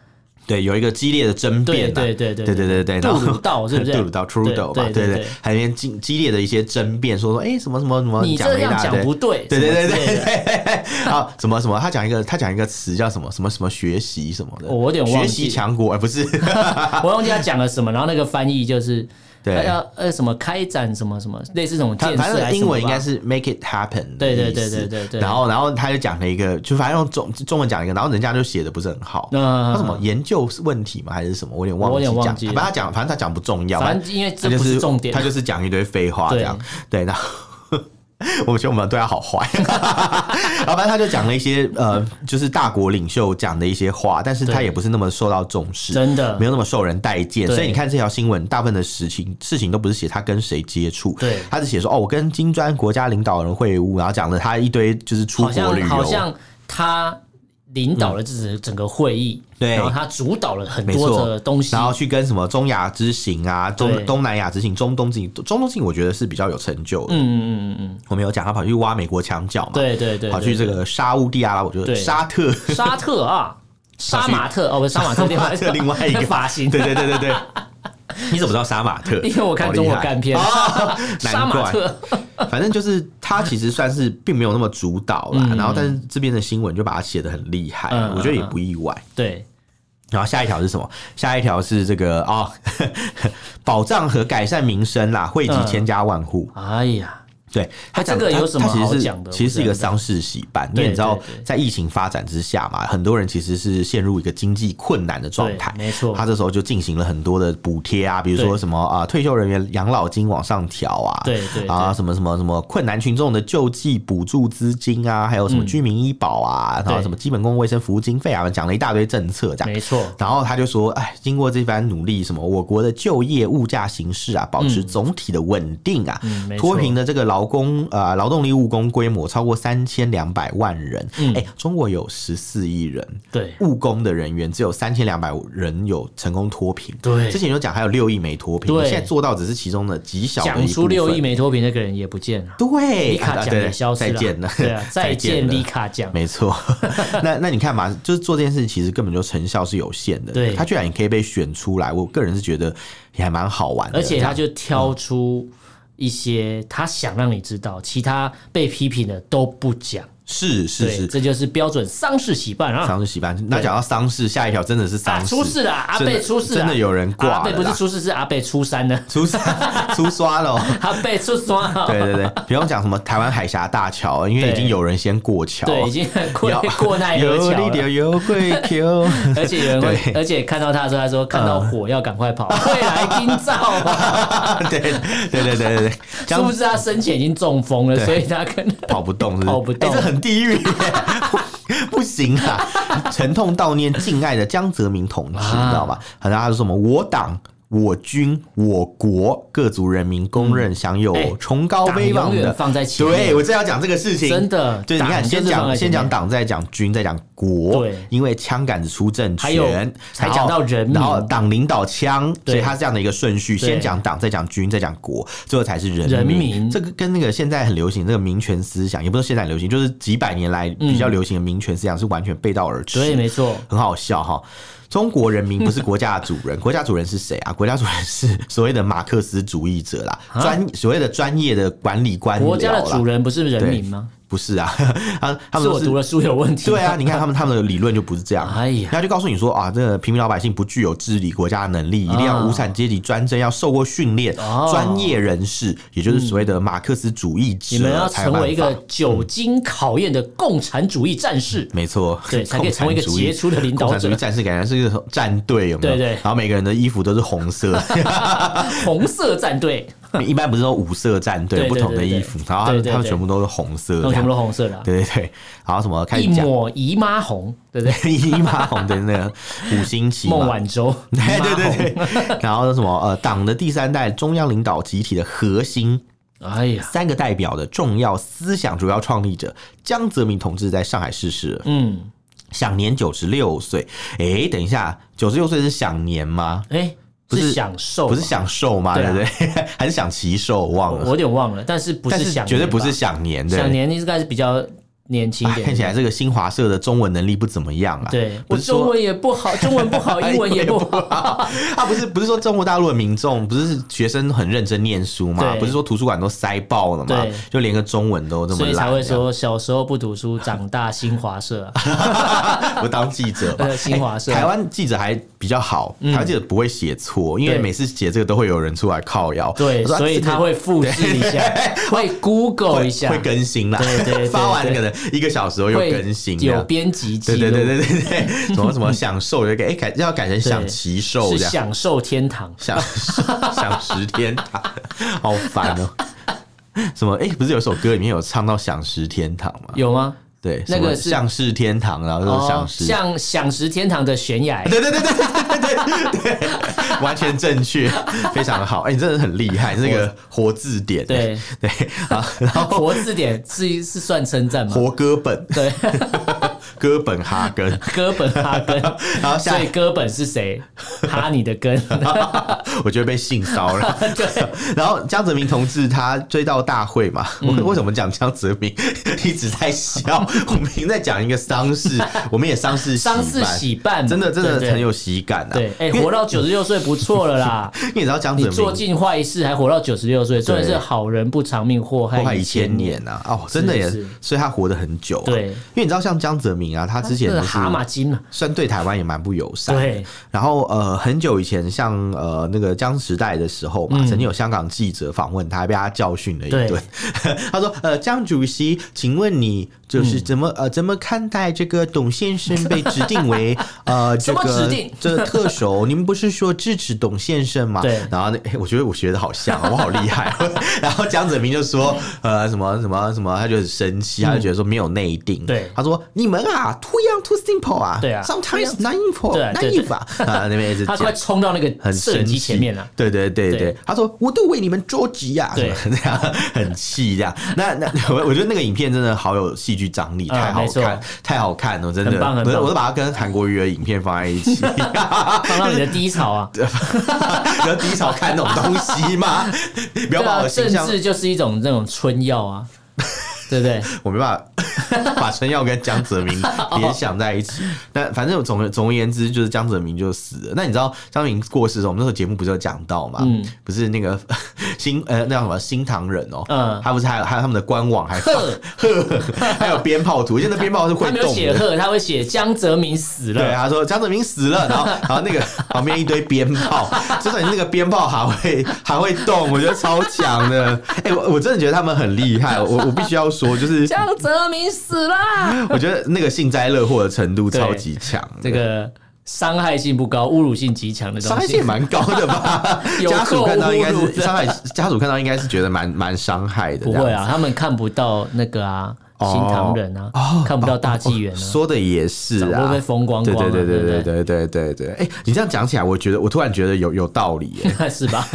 [SPEAKER 1] 对有一个激烈的争辩、啊，
[SPEAKER 2] 对对对
[SPEAKER 1] 对
[SPEAKER 2] 对
[SPEAKER 1] 对对对，
[SPEAKER 2] 杜
[SPEAKER 1] 然后
[SPEAKER 2] 鲁道是不是
[SPEAKER 1] 杜鲁道 Trudeau 吧，对
[SPEAKER 2] 对对对
[SPEAKER 1] 对
[SPEAKER 2] 对，
[SPEAKER 1] 还有一边激激烈的一些争辩，说说哎、什么什么什么，
[SPEAKER 2] 你这
[SPEAKER 1] 了一
[SPEAKER 2] 样
[SPEAKER 1] 大
[SPEAKER 2] 讲
[SPEAKER 1] 堆
[SPEAKER 2] 不对，
[SPEAKER 1] 对对对
[SPEAKER 2] 什么之类
[SPEAKER 1] 对
[SPEAKER 2] 的，
[SPEAKER 1] 对， [laughs] 啊，什么什么，他讲一个他讲一个词叫什么什么什么学习什么的，
[SPEAKER 2] 哦我有点忘
[SPEAKER 1] 学
[SPEAKER 2] 记
[SPEAKER 1] 习强国，哎而不
[SPEAKER 2] [laughs]
[SPEAKER 1] 是
[SPEAKER 2] 我忘记他讲了什么，然后那个翻译就是
[SPEAKER 1] 对
[SPEAKER 2] 呃要呃什么开展什么什么，类似这种
[SPEAKER 1] 他
[SPEAKER 2] 建设
[SPEAKER 1] 反
[SPEAKER 2] 还
[SPEAKER 1] 正
[SPEAKER 2] 是什
[SPEAKER 1] 英
[SPEAKER 2] 么吧
[SPEAKER 1] 文应该是 make it happen，
[SPEAKER 2] 对对
[SPEAKER 1] 的意
[SPEAKER 2] 对
[SPEAKER 1] 思
[SPEAKER 2] 对对对
[SPEAKER 1] 然后然后他就讲了一个，就反正用中中文讲了一个，然后人家就写的不是很好，
[SPEAKER 2] 嗯
[SPEAKER 1] 他什么研究问题吗还是什么，我有点忘
[SPEAKER 2] 我
[SPEAKER 1] 记
[SPEAKER 2] 有点
[SPEAKER 1] 讲，
[SPEAKER 2] 忘记了
[SPEAKER 1] 反正他讲反正他讲不重要，
[SPEAKER 2] 反正因为
[SPEAKER 1] 他
[SPEAKER 2] 这
[SPEAKER 1] 就
[SPEAKER 2] 不是重点，
[SPEAKER 1] 他就是讲一堆废话这样。对，然后 [laughs] 我觉得我们对他好坏， [laughs] 然后反正他就讲了一些呃，就是大国领袖讲的一些话，但是他
[SPEAKER 2] 对
[SPEAKER 1] 也不是那么受到重视，
[SPEAKER 2] 真的
[SPEAKER 1] 没有那么受人待见。
[SPEAKER 2] 对
[SPEAKER 1] 所以你看这条新闻，大部分的事情事情都不是写他跟谁接触，
[SPEAKER 2] 对
[SPEAKER 1] 他只写说哦，我跟金砖国家领导人会晤，然后讲了他一堆就是出
[SPEAKER 2] 好
[SPEAKER 1] 国旅
[SPEAKER 2] 像
[SPEAKER 1] 游，嗯
[SPEAKER 2] 好像他领导了这整整个会议，
[SPEAKER 1] 对
[SPEAKER 2] 然后他主导了很
[SPEAKER 1] 没
[SPEAKER 2] 多
[SPEAKER 1] 错
[SPEAKER 2] 的东西
[SPEAKER 1] 然，后去跟什么中亚之行啊、
[SPEAKER 2] 对
[SPEAKER 1] 中东南亚之行、中东之行、中东之行，我觉得是比较有成就的。
[SPEAKER 2] 嗯嗯嗯嗯，
[SPEAKER 1] 我们有讲他跑去挖美国墙角嘛，
[SPEAKER 2] 对对对，
[SPEAKER 1] 跑去
[SPEAKER 2] 对
[SPEAKER 1] 这个沙乌地阿拉伯，就
[SPEAKER 2] 对
[SPEAKER 1] 是沙特， [laughs]
[SPEAKER 2] 沙特啊，
[SPEAKER 1] 跑
[SPEAKER 2] 杀
[SPEAKER 1] 去
[SPEAKER 2] 马特哦，不是杀马特，另外
[SPEAKER 1] 沙马特另外一个
[SPEAKER 2] 发型，
[SPEAKER 1] 对对对对对。 [laughs] 你怎么知道杀马特？
[SPEAKER 2] 因为我看中国干片
[SPEAKER 1] 好
[SPEAKER 2] [laughs]
[SPEAKER 1] 厉害
[SPEAKER 2] 杀
[SPEAKER 1] 难
[SPEAKER 2] 马
[SPEAKER 1] 怪。
[SPEAKER 2] 特，
[SPEAKER 1] 反正就是他其实算是并没有那么主导啦，然后但是这边的新闻就把它写的很厉害
[SPEAKER 2] 嗯，
[SPEAKER 1] 我觉得也
[SPEAKER 2] 嗯嗯
[SPEAKER 1] 不意外。
[SPEAKER 2] 对，
[SPEAKER 1] 然后下一条是什么？下一条是这个哦， [laughs] 保障和改善民生啦，惠及
[SPEAKER 2] 嗯
[SPEAKER 1] 千家万户。
[SPEAKER 2] 哎呀，
[SPEAKER 1] 对他讲
[SPEAKER 2] 这个有什么
[SPEAKER 1] 他他
[SPEAKER 2] 好
[SPEAKER 1] 其实是
[SPEAKER 2] 讲的
[SPEAKER 1] 其实是一
[SPEAKER 2] 我
[SPEAKER 1] 个
[SPEAKER 2] 真的
[SPEAKER 1] 丧事喜办，因
[SPEAKER 2] 对
[SPEAKER 1] 为你知道
[SPEAKER 2] 对对
[SPEAKER 1] 在疫情发展之下嘛，很多人其实是陷入一个经济困难的状态
[SPEAKER 2] 对，没错
[SPEAKER 1] 他这时候就进行了很多的补贴啊，比如说
[SPEAKER 2] 对
[SPEAKER 1] 什么啊、退休人员养老金往上调啊，
[SPEAKER 2] 对对对
[SPEAKER 1] 啊什么什么什么困难群众的救济补助资金啊，还有什
[SPEAKER 2] 嗯
[SPEAKER 1] 么居民医保啊，然后
[SPEAKER 2] 对
[SPEAKER 1] 什么基本公共卫生服务经费啊，讲了一大堆政策这样。
[SPEAKER 2] 没错，
[SPEAKER 1] 然后他就说：“哎，经过这番努力，什么我国的就业、物价形势啊，保持总体的稳定啊，
[SPEAKER 2] 嗯没错
[SPEAKER 1] 脱贫的这个劳工呃劳动力务工规模超过三千两百万人。哎、
[SPEAKER 2] 嗯
[SPEAKER 1] 中国有十四亿人，
[SPEAKER 2] 对
[SPEAKER 1] 务工的人员只有三千两百人有成功脱贫。
[SPEAKER 2] 对
[SPEAKER 1] 之前有讲还有六亿没脱贫，
[SPEAKER 2] 对
[SPEAKER 1] 现在做到只是其中的极小的一部
[SPEAKER 2] 讲
[SPEAKER 1] 分。
[SPEAKER 2] 出六亿。”没脱贫那个人也不见了。
[SPEAKER 1] 对，
[SPEAKER 2] 李卡
[SPEAKER 1] 啊
[SPEAKER 2] 奖
[SPEAKER 1] 对
[SPEAKER 2] 也消失了，
[SPEAKER 1] 再见了， [laughs]
[SPEAKER 2] 对啊，再见
[SPEAKER 1] 了
[SPEAKER 2] 李卡奖，
[SPEAKER 1] 没
[SPEAKER 2] [laughs]
[SPEAKER 1] 错，那那你看嘛，就是做这件事情，其实根本就成效是有限的。
[SPEAKER 2] 对
[SPEAKER 1] 他居然也可以被选出来，我个人是觉得也还蛮好玩的。
[SPEAKER 2] 而且他
[SPEAKER 1] 这样
[SPEAKER 2] 就挑出一些他想让你知道，其他被批评的都不讲。
[SPEAKER 1] 是是
[SPEAKER 2] 对，
[SPEAKER 1] 是，
[SPEAKER 2] 这就是标准丧事喜办啊！
[SPEAKER 1] 丧事喜办。那讲到丧事，下一条真的是丧
[SPEAKER 2] 啊，
[SPEAKER 1] 事，
[SPEAKER 2] 出事了，阿贝出事了，
[SPEAKER 1] 真的有人挂了啦
[SPEAKER 2] 阿贝不是出事，是阿贝出山了， [laughs]
[SPEAKER 1] 出 [laughs] 出刷了哦。
[SPEAKER 2] 阿贝出山了，
[SPEAKER 1] 对对对，不用讲什么台湾海峡大桥，因为
[SPEAKER 2] 对
[SPEAKER 1] 已经有人先过桥，[laughs]
[SPEAKER 2] 对，已经过
[SPEAKER 1] 哦有
[SPEAKER 2] [laughs] 过奈何桥
[SPEAKER 1] 有
[SPEAKER 2] 了。
[SPEAKER 1] 点有会
[SPEAKER 2] [laughs]
[SPEAKER 1] Q，
[SPEAKER 2] 而且有人会，
[SPEAKER 1] 对嗯
[SPEAKER 2] 而且看到他的时候，他说看到火要赶快跑，未来今兆
[SPEAKER 1] [laughs]
[SPEAKER 2] 啊，
[SPEAKER 1] 对对对对对对，这
[SPEAKER 2] 是
[SPEAKER 1] 样
[SPEAKER 2] 不是他生前已经中风了，
[SPEAKER 1] 对
[SPEAKER 2] 所以他可能
[SPEAKER 1] 跑不动是不是，
[SPEAKER 2] 跑不动
[SPEAKER 1] 哎这很地狱耶， [laughs] 不行啊！沉痛悼念敬爱的江泽民同志，
[SPEAKER 2] 啊
[SPEAKER 1] 你知道吗？很多他说什么我党。我军、我国各族人民公认享有
[SPEAKER 2] 嗯哎
[SPEAKER 1] 崇高威
[SPEAKER 2] 党
[SPEAKER 1] 望
[SPEAKER 2] 永
[SPEAKER 1] 的，
[SPEAKER 2] 远放在前面
[SPEAKER 1] 对我正要讲这个事情，
[SPEAKER 2] 真的
[SPEAKER 1] 对，你看，
[SPEAKER 2] 党就
[SPEAKER 1] 先
[SPEAKER 2] 是放在
[SPEAKER 1] 讲
[SPEAKER 2] 前
[SPEAKER 1] 先讲
[SPEAKER 2] 面
[SPEAKER 1] 党，再讲军，再讲国，
[SPEAKER 2] 对
[SPEAKER 1] 因为枪杆子出政
[SPEAKER 2] 还有
[SPEAKER 1] 权，
[SPEAKER 2] 才讲到人民
[SPEAKER 1] 然后党领导枪，
[SPEAKER 2] 对
[SPEAKER 1] 所以它是这样的一个顺序，
[SPEAKER 2] 对
[SPEAKER 1] 先讲党，再讲军，再讲国，最后才是人
[SPEAKER 2] 人民
[SPEAKER 1] 民。这个跟那个现在很流行这个民权思想，也不是说现在很流行，就是几百年来比较流行的民权思想是完全背道而驰。
[SPEAKER 2] 对，没错，
[SPEAKER 1] 很好笑哈。中国人民不是国家的主人， [laughs] 国家主人是谁啊？国家主人是所谓的马克思主义者啦，专所谓的专业的管理官僚
[SPEAKER 2] 啊国家的
[SPEAKER 1] 啦
[SPEAKER 2] 主人不是人民吗？
[SPEAKER 1] 不是啊， [laughs] 他他们
[SPEAKER 2] 是
[SPEAKER 1] 都
[SPEAKER 2] 我
[SPEAKER 1] 是
[SPEAKER 2] 读了书有问题吗。
[SPEAKER 1] 对啊，你看他们他们的理论就不是这样，
[SPEAKER 2] [laughs] 哎呀
[SPEAKER 1] 那就告诉你说啊，这个平民老百姓不具有治理国家的能力，一定要无产阶级专政，要受过训练，
[SPEAKER 2] 啊哦嗯
[SPEAKER 1] 专业人士，也就是所谓的马克思主义者，
[SPEAKER 2] [laughs] 你们要
[SPEAKER 1] 啊才有
[SPEAKER 2] 成为一
[SPEAKER 1] 办
[SPEAKER 2] 个
[SPEAKER 1] 法
[SPEAKER 2] 久经考验的共产主义战士。
[SPEAKER 1] 没错，
[SPEAKER 2] 对才可以成为一个
[SPEAKER 1] 共产主义
[SPEAKER 2] 杰出的领导
[SPEAKER 1] 共
[SPEAKER 2] 者
[SPEAKER 1] 产主义战士感觉是一个战队，有没有？
[SPEAKER 2] 对对
[SPEAKER 1] 然后每个人的衣服都是红
[SPEAKER 2] [laughs]
[SPEAKER 1] 色，
[SPEAKER 2] 红色战队，
[SPEAKER 1] 一般不是说五色战队，
[SPEAKER 2] 对对
[SPEAKER 1] 不
[SPEAKER 2] 对
[SPEAKER 1] 同的衣服，然后他们
[SPEAKER 2] 对对对
[SPEAKER 1] 他们全部都是红色
[SPEAKER 2] 那
[SPEAKER 1] 这
[SPEAKER 2] 我全
[SPEAKER 1] 样，
[SPEAKER 2] 部都红色的啊、
[SPEAKER 1] 对对对，然后什么开始
[SPEAKER 2] 一
[SPEAKER 1] 讲。
[SPEAKER 2] 抹姨妈红，对不
[SPEAKER 1] [laughs]
[SPEAKER 2] 对？
[SPEAKER 1] 一马红的那个五星旗嘛，
[SPEAKER 2] 孟晚舟，
[SPEAKER 1] [laughs]
[SPEAKER 2] 姨
[SPEAKER 1] 对
[SPEAKER 2] 妈
[SPEAKER 1] 对
[SPEAKER 2] 红，
[SPEAKER 1] 对
[SPEAKER 2] 哦
[SPEAKER 1] 对， [laughs] 然后什么呃，党的第三代中央领导集体的核心，
[SPEAKER 2] 哎呀，
[SPEAKER 1] 三个代表的重要思想主要创立者江泽民同志在上海逝世了，
[SPEAKER 2] 嗯，
[SPEAKER 1] 享年九十六岁。诶，等一下，九十六岁是享年吗？
[SPEAKER 2] 哎，
[SPEAKER 1] 不是
[SPEAKER 2] 享受吧，
[SPEAKER 1] 不是享受吗？
[SPEAKER 2] 哦对
[SPEAKER 1] 对
[SPEAKER 2] 啊
[SPEAKER 1] 不对？ [laughs] 还是享其寿？我忘
[SPEAKER 2] 我，
[SPEAKER 1] 了，
[SPEAKER 2] 我有点忘了，但是不
[SPEAKER 1] 但
[SPEAKER 2] 享年吧，
[SPEAKER 1] 绝对不是享年，对。
[SPEAKER 2] 享年，应该是比较年轻一
[SPEAKER 1] 哎
[SPEAKER 2] 点，
[SPEAKER 1] 看起来这个新华社的中文能力不怎么样啊。
[SPEAKER 2] 对
[SPEAKER 1] 不
[SPEAKER 2] 我
[SPEAKER 1] 是说哎
[SPEAKER 2] 中文也
[SPEAKER 1] [laughs]
[SPEAKER 2] 不好，中文不好，哦英文也不好，
[SPEAKER 1] 啊，不是不是说中国大陆的民众不是学生很认真念书嘛？
[SPEAKER 2] 对
[SPEAKER 1] 不是说图书馆都塞爆了嘛
[SPEAKER 2] 对？
[SPEAKER 1] 就连个中文都这么
[SPEAKER 2] 所以才
[SPEAKER 1] 烂，
[SPEAKER 2] 会说小时候不读书，长大新华社
[SPEAKER 1] [laughs]
[SPEAKER 2] 啊，
[SPEAKER 1] 我当记者吧。
[SPEAKER 2] [laughs] 呃新华社嗯
[SPEAKER 1] 哎台湾记者还比较好，台湾记者不会写错，因为
[SPEAKER 2] 对
[SPEAKER 1] 每次写这个都会有人出来靠腰。
[SPEAKER 2] 对，
[SPEAKER 1] [laughs] 我说啊
[SPEAKER 2] 所以
[SPEAKER 1] 这个
[SPEAKER 2] 他会复制一下， [laughs] 会 Google
[SPEAKER 1] 会
[SPEAKER 2] 一下，
[SPEAKER 1] 会更新啦，
[SPEAKER 2] 对对对对
[SPEAKER 1] [laughs] 发完可能一个小时后又
[SPEAKER 2] 会
[SPEAKER 1] 更新这
[SPEAKER 2] 有
[SPEAKER 1] 样。
[SPEAKER 2] 编辑记
[SPEAKER 1] 对
[SPEAKER 2] 录，
[SPEAKER 1] 对对对对对，
[SPEAKER 2] [laughs]
[SPEAKER 1] 什么什么享受有一个哎改要改成享其寿
[SPEAKER 2] 是
[SPEAKER 1] 这样，
[SPEAKER 2] 享受天堂。
[SPEAKER 1] 想 [laughs] 想食天堂，好烦哦、什么？哎、不是有首歌里面有唱到想食天堂吗？
[SPEAKER 2] 有吗？
[SPEAKER 1] 对，
[SPEAKER 2] 那
[SPEAKER 1] 什么
[SPEAKER 2] 个是
[SPEAKER 1] 像是天堂，然后就是想食。啊
[SPEAKER 2] 像哦享食天堂的悬崖，
[SPEAKER 1] 对对对对对对对对对，完全正确，非常好。哎、你真的很厉害，这个活字典。
[SPEAKER 2] 对
[SPEAKER 1] 对啊，然后
[SPEAKER 2] 活字典是是算称赞吗？
[SPEAKER 1] 活哥本，
[SPEAKER 2] 对， [laughs]
[SPEAKER 1] 哥本哈根，
[SPEAKER 2] 哥本哈
[SPEAKER 1] [laughs]
[SPEAKER 2] 根，
[SPEAKER 1] 然后
[SPEAKER 2] 所
[SPEAKER 1] 下
[SPEAKER 2] 以
[SPEAKER 1] 一
[SPEAKER 2] 哥本是谁？哈你的
[SPEAKER 1] [laughs]
[SPEAKER 2] 根，
[SPEAKER 1] 我觉得被性骚
[SPEAKER 2] [laughs]
[SPEAKER 1] 扰。 [laughs] 然后江泽民同志他追悼大会嘛，
[SPEAKER 2] 嗯
[SPEAKER 1] 我为什么讲江泽民 [laughs] 一直在笑？我们已经在讲一个丧
[SPEAKER 2] [laughs]
[SPEAKER 1] 事，我们也丧事
[SPEAKER 2] 丧事
[SPEAKER 1] 办
[SPEAKER 2] 喜办嘛，
[SPEAKER 1] 真的真的
[SPEAKER 2] 对对
[SPEAKER 1] 很有喜感啊！
[SPEAKER 2] 对，哎，
[SPEAKER 1] 因为
[SPEAKER 2] 活到九十六岁不错
[SPEAKER 1] [laughs]
[SPEAKER 2] 了啦。
[SPEAKER 1] 因为你知道江
[SPEAKER 2] 你
[SPEAKER 1] 泽
[SPEAKER 2] 做
[SPEAKER 1] 民
[SPEAKER 2] 尽坏事还活到九十六岁，重点是好人不长命，祸
[SPEAKER 1] 活
[SPEAKER 2] 害
[SPEAKER 1] 一
[SPEAKER 2] 一
[SPEAKER 1] 千
[SPEAKER 2] 千年。
[SPEAKER 1] 年啊！哦，真的也
[SPEAKER 2] 是是，
[SPEAKER 1] 所以他活得很久啊。
[SPEAKER 2] 对
[SPEAKER 1] 因为你知道像江泽民啊，他之前
[SPEAKER 2] 这
[SPEAKER 1] 就是是
[SPEAKER 2] 蛤蟆精嘛，
[SPEAKER 1] 算对台湾也蛮不友善的。
[SPEAKER 2] 对，
[SPEAKER 1] 然后呃，很久以前，像呃那个江时代的时候
[SPEAKER 2] 嗯
[SPEAKER 1] 嘛，曾经有香港记者访问他，被他教训了一顿
[SPEAKER 2] 对。
[SPEAKER 1] [laughs] 他说：“呃，江主席，请问你就是怎
[SPEAKER 2] 嗯
[SPEAKER 1] 么、呃怎么看待这个董先生被指定
[SPEAKER 2] [laughs]
[SPEAKER 1] 为呃这
[SPEAKER 2] 什么
[SPEAKER 1] 个
[SPEAKER 2] 指定
[SPEAKER 1] 这个特首？您不是说支持董先生吗？”
[SPEAKER 2] 对
[SPEAKER 1] 然后 [laughs] 呢，诶我觉得我学的好像，我好厉害。 [laughs] 然后江泽民就说：“呃，什么什么什么，他就很生气，他就觉得说没有内定。
[SPEAKER 2] 对
[SPEAKER 1] 他说：“你们啊，too young too simple 啊，
[SPEAKER 2] [laughs] 对啊
[SPEAKER 1] ，sometimes naive
[SPEAKER 2] 对啊对
[SPEAKER 1] naive 啊，
[SPEAKER 2] [laughs]
[SPEAKER 1] 啊那边一直
[SPEAKER 2] 他
[SPEAKER 1] 讲。”
[SPEAKER 2] 快冲到那个
[SPEAKER 1] 很
[SPEAKER 2] 摄
[SPEAKER 1] 生
[SPEAKER 2] 影机
[SPEAKER 1] 气
[SPEAKER 2] 前面了。
[SPEAKER 1] 对对对对，
[SPEAKER 2] 对
[SPEAKER 1] 他说我都为你们着急呀，
[SPEAKER 2] 对
[SPEAKER 1] 什么这样 [laughs] 很气这样。那那我我觉得那个影片真的好有戏剧张力，
[SPEAKER 2] 啊
[SPEAKER 1] 太好
[SPEAKER 2] 没错
[SPEAKER 1] 看，太好看了，真的。
[SPEAKER 2] 很棒很棒
[SPEAKER 1] 我我都把它跟韩国瑜的影片放在一起， [laughs]
[SPEAKER 2] 放到你的低潮啊！
[SPEAKER 1] 不要低潮看那种东西嘛，
[SPEAKER 2] [laughs]
[SPEAKER 1] 不要
[SPEAKER 2] 对
[SPEAKER 1] 把我
[SPEAKER 2] 啊，
[SPEAKER 1] 的形
[SPEAKER 2] 政
[SPEAKER 1] 象，
[SPEAKER 2] 治就是一种那种春药啊，对
[SPEAKER 1] [laughs]
[SPEAKER 2] 不对？
[SPEAKER 1] 我没办法把陈耀跟江泽
[SPEAKER 2] [laughs]
[SPEAKER 1] 民
[SPEAKER 2] 哦
[SPEAKER 1] 联想在一起。但反正总总而言之，就是江泽民就死了。那你知道江泽民过世的时候，我们那时候节目不是有讲到嘛？
[SPEAKER 2] 嗯
[SPEAKER 1] 不是那个 [laughs] 新呃那叫什么新唐人哦，
[SPEAKER 2] 嗯
[SPEAKER 1] 他不是还有还有他们的官网还放 [laughs]
[SPEAKER 2] 呵
[SPEAKER 1] 还有鞭炮图，现在鞭炮是会
[SPEAKER 2] 他没有
[SPEAKER 1] 动
[SPEAKER 2] 写
[SPEAKER 1] 的。
[SPEAKER 2] 贺，他会写江泽民死
[SPEAKER 1] 对，
[SPEAKER 2] 了。
[SPEAKER 1] 他说江泽民死了，然后然后那个 [laughs] 旁边一堆鞭炮，就算你那个鞭炮还会还会动，我觉得超强的。哎、我我真的觉得他们很厉害，我我必须要说，就是
[SPEAKER 2] [laughs] 江泽民死啦！ [laughs]
[SPEAKER 1] 我觉得那个幸灾乐祸的程度
[SPEAKER 2] 对
[SPEAKER 1] 超级强，
[SPEAKER 2] 这个伤害性不高，侮辱性极强的
[SPEAKER 1] 伤
[SPEAKER 2] 东
[SPEAKER 1] 害性也
[SPEAKER 2] 西。？
[SPEAKER 1] 蛮高的吧
[SPEAKER 2] [laughs] 有
[SPEAKER 1] 家属
[SPEAKER 2] 够
[SPEAKER 1] 看到应该
[SPEAKER 2] 侮辱
[SPEAKER 1] 是
[SPEAKER 2] 的
[SPEAKER 1] 伤害，家属看到应该是觉得蛮蛮伤害的。
[SPEAKER 2] 不会，啊，他们看不到那个啊，
[SPEAKER 1] 哦
[SPEAKER 2] 新唐人啊，看不到大纪元啊，
[SPEAKER 1] 说的也哦是
[SPEAKER 2] 早
[SPEAKER 1] 啊
[SPEAKER 2] 都被。风光
[SPEAKER 1] 对
[SPEAKER 2] 光
[SPEAKER 1] 对
[SPEAKER 2] 了，
[SPEAKER 1] 对
[SPEAKER 2] 对
[SPEAKER 1] 对对
[SPEAKER 2] 不
[SPEAKER 1] 对
[SPEAKER 2] 对
[SPEAKER 1] 对对对，哎、你这样讲起来，我觉得我突然觉得有有道理
[SPEAKER 2] [laughs]
[SPEAKER 1] 耶、
[SPEAKER 2] 是吧？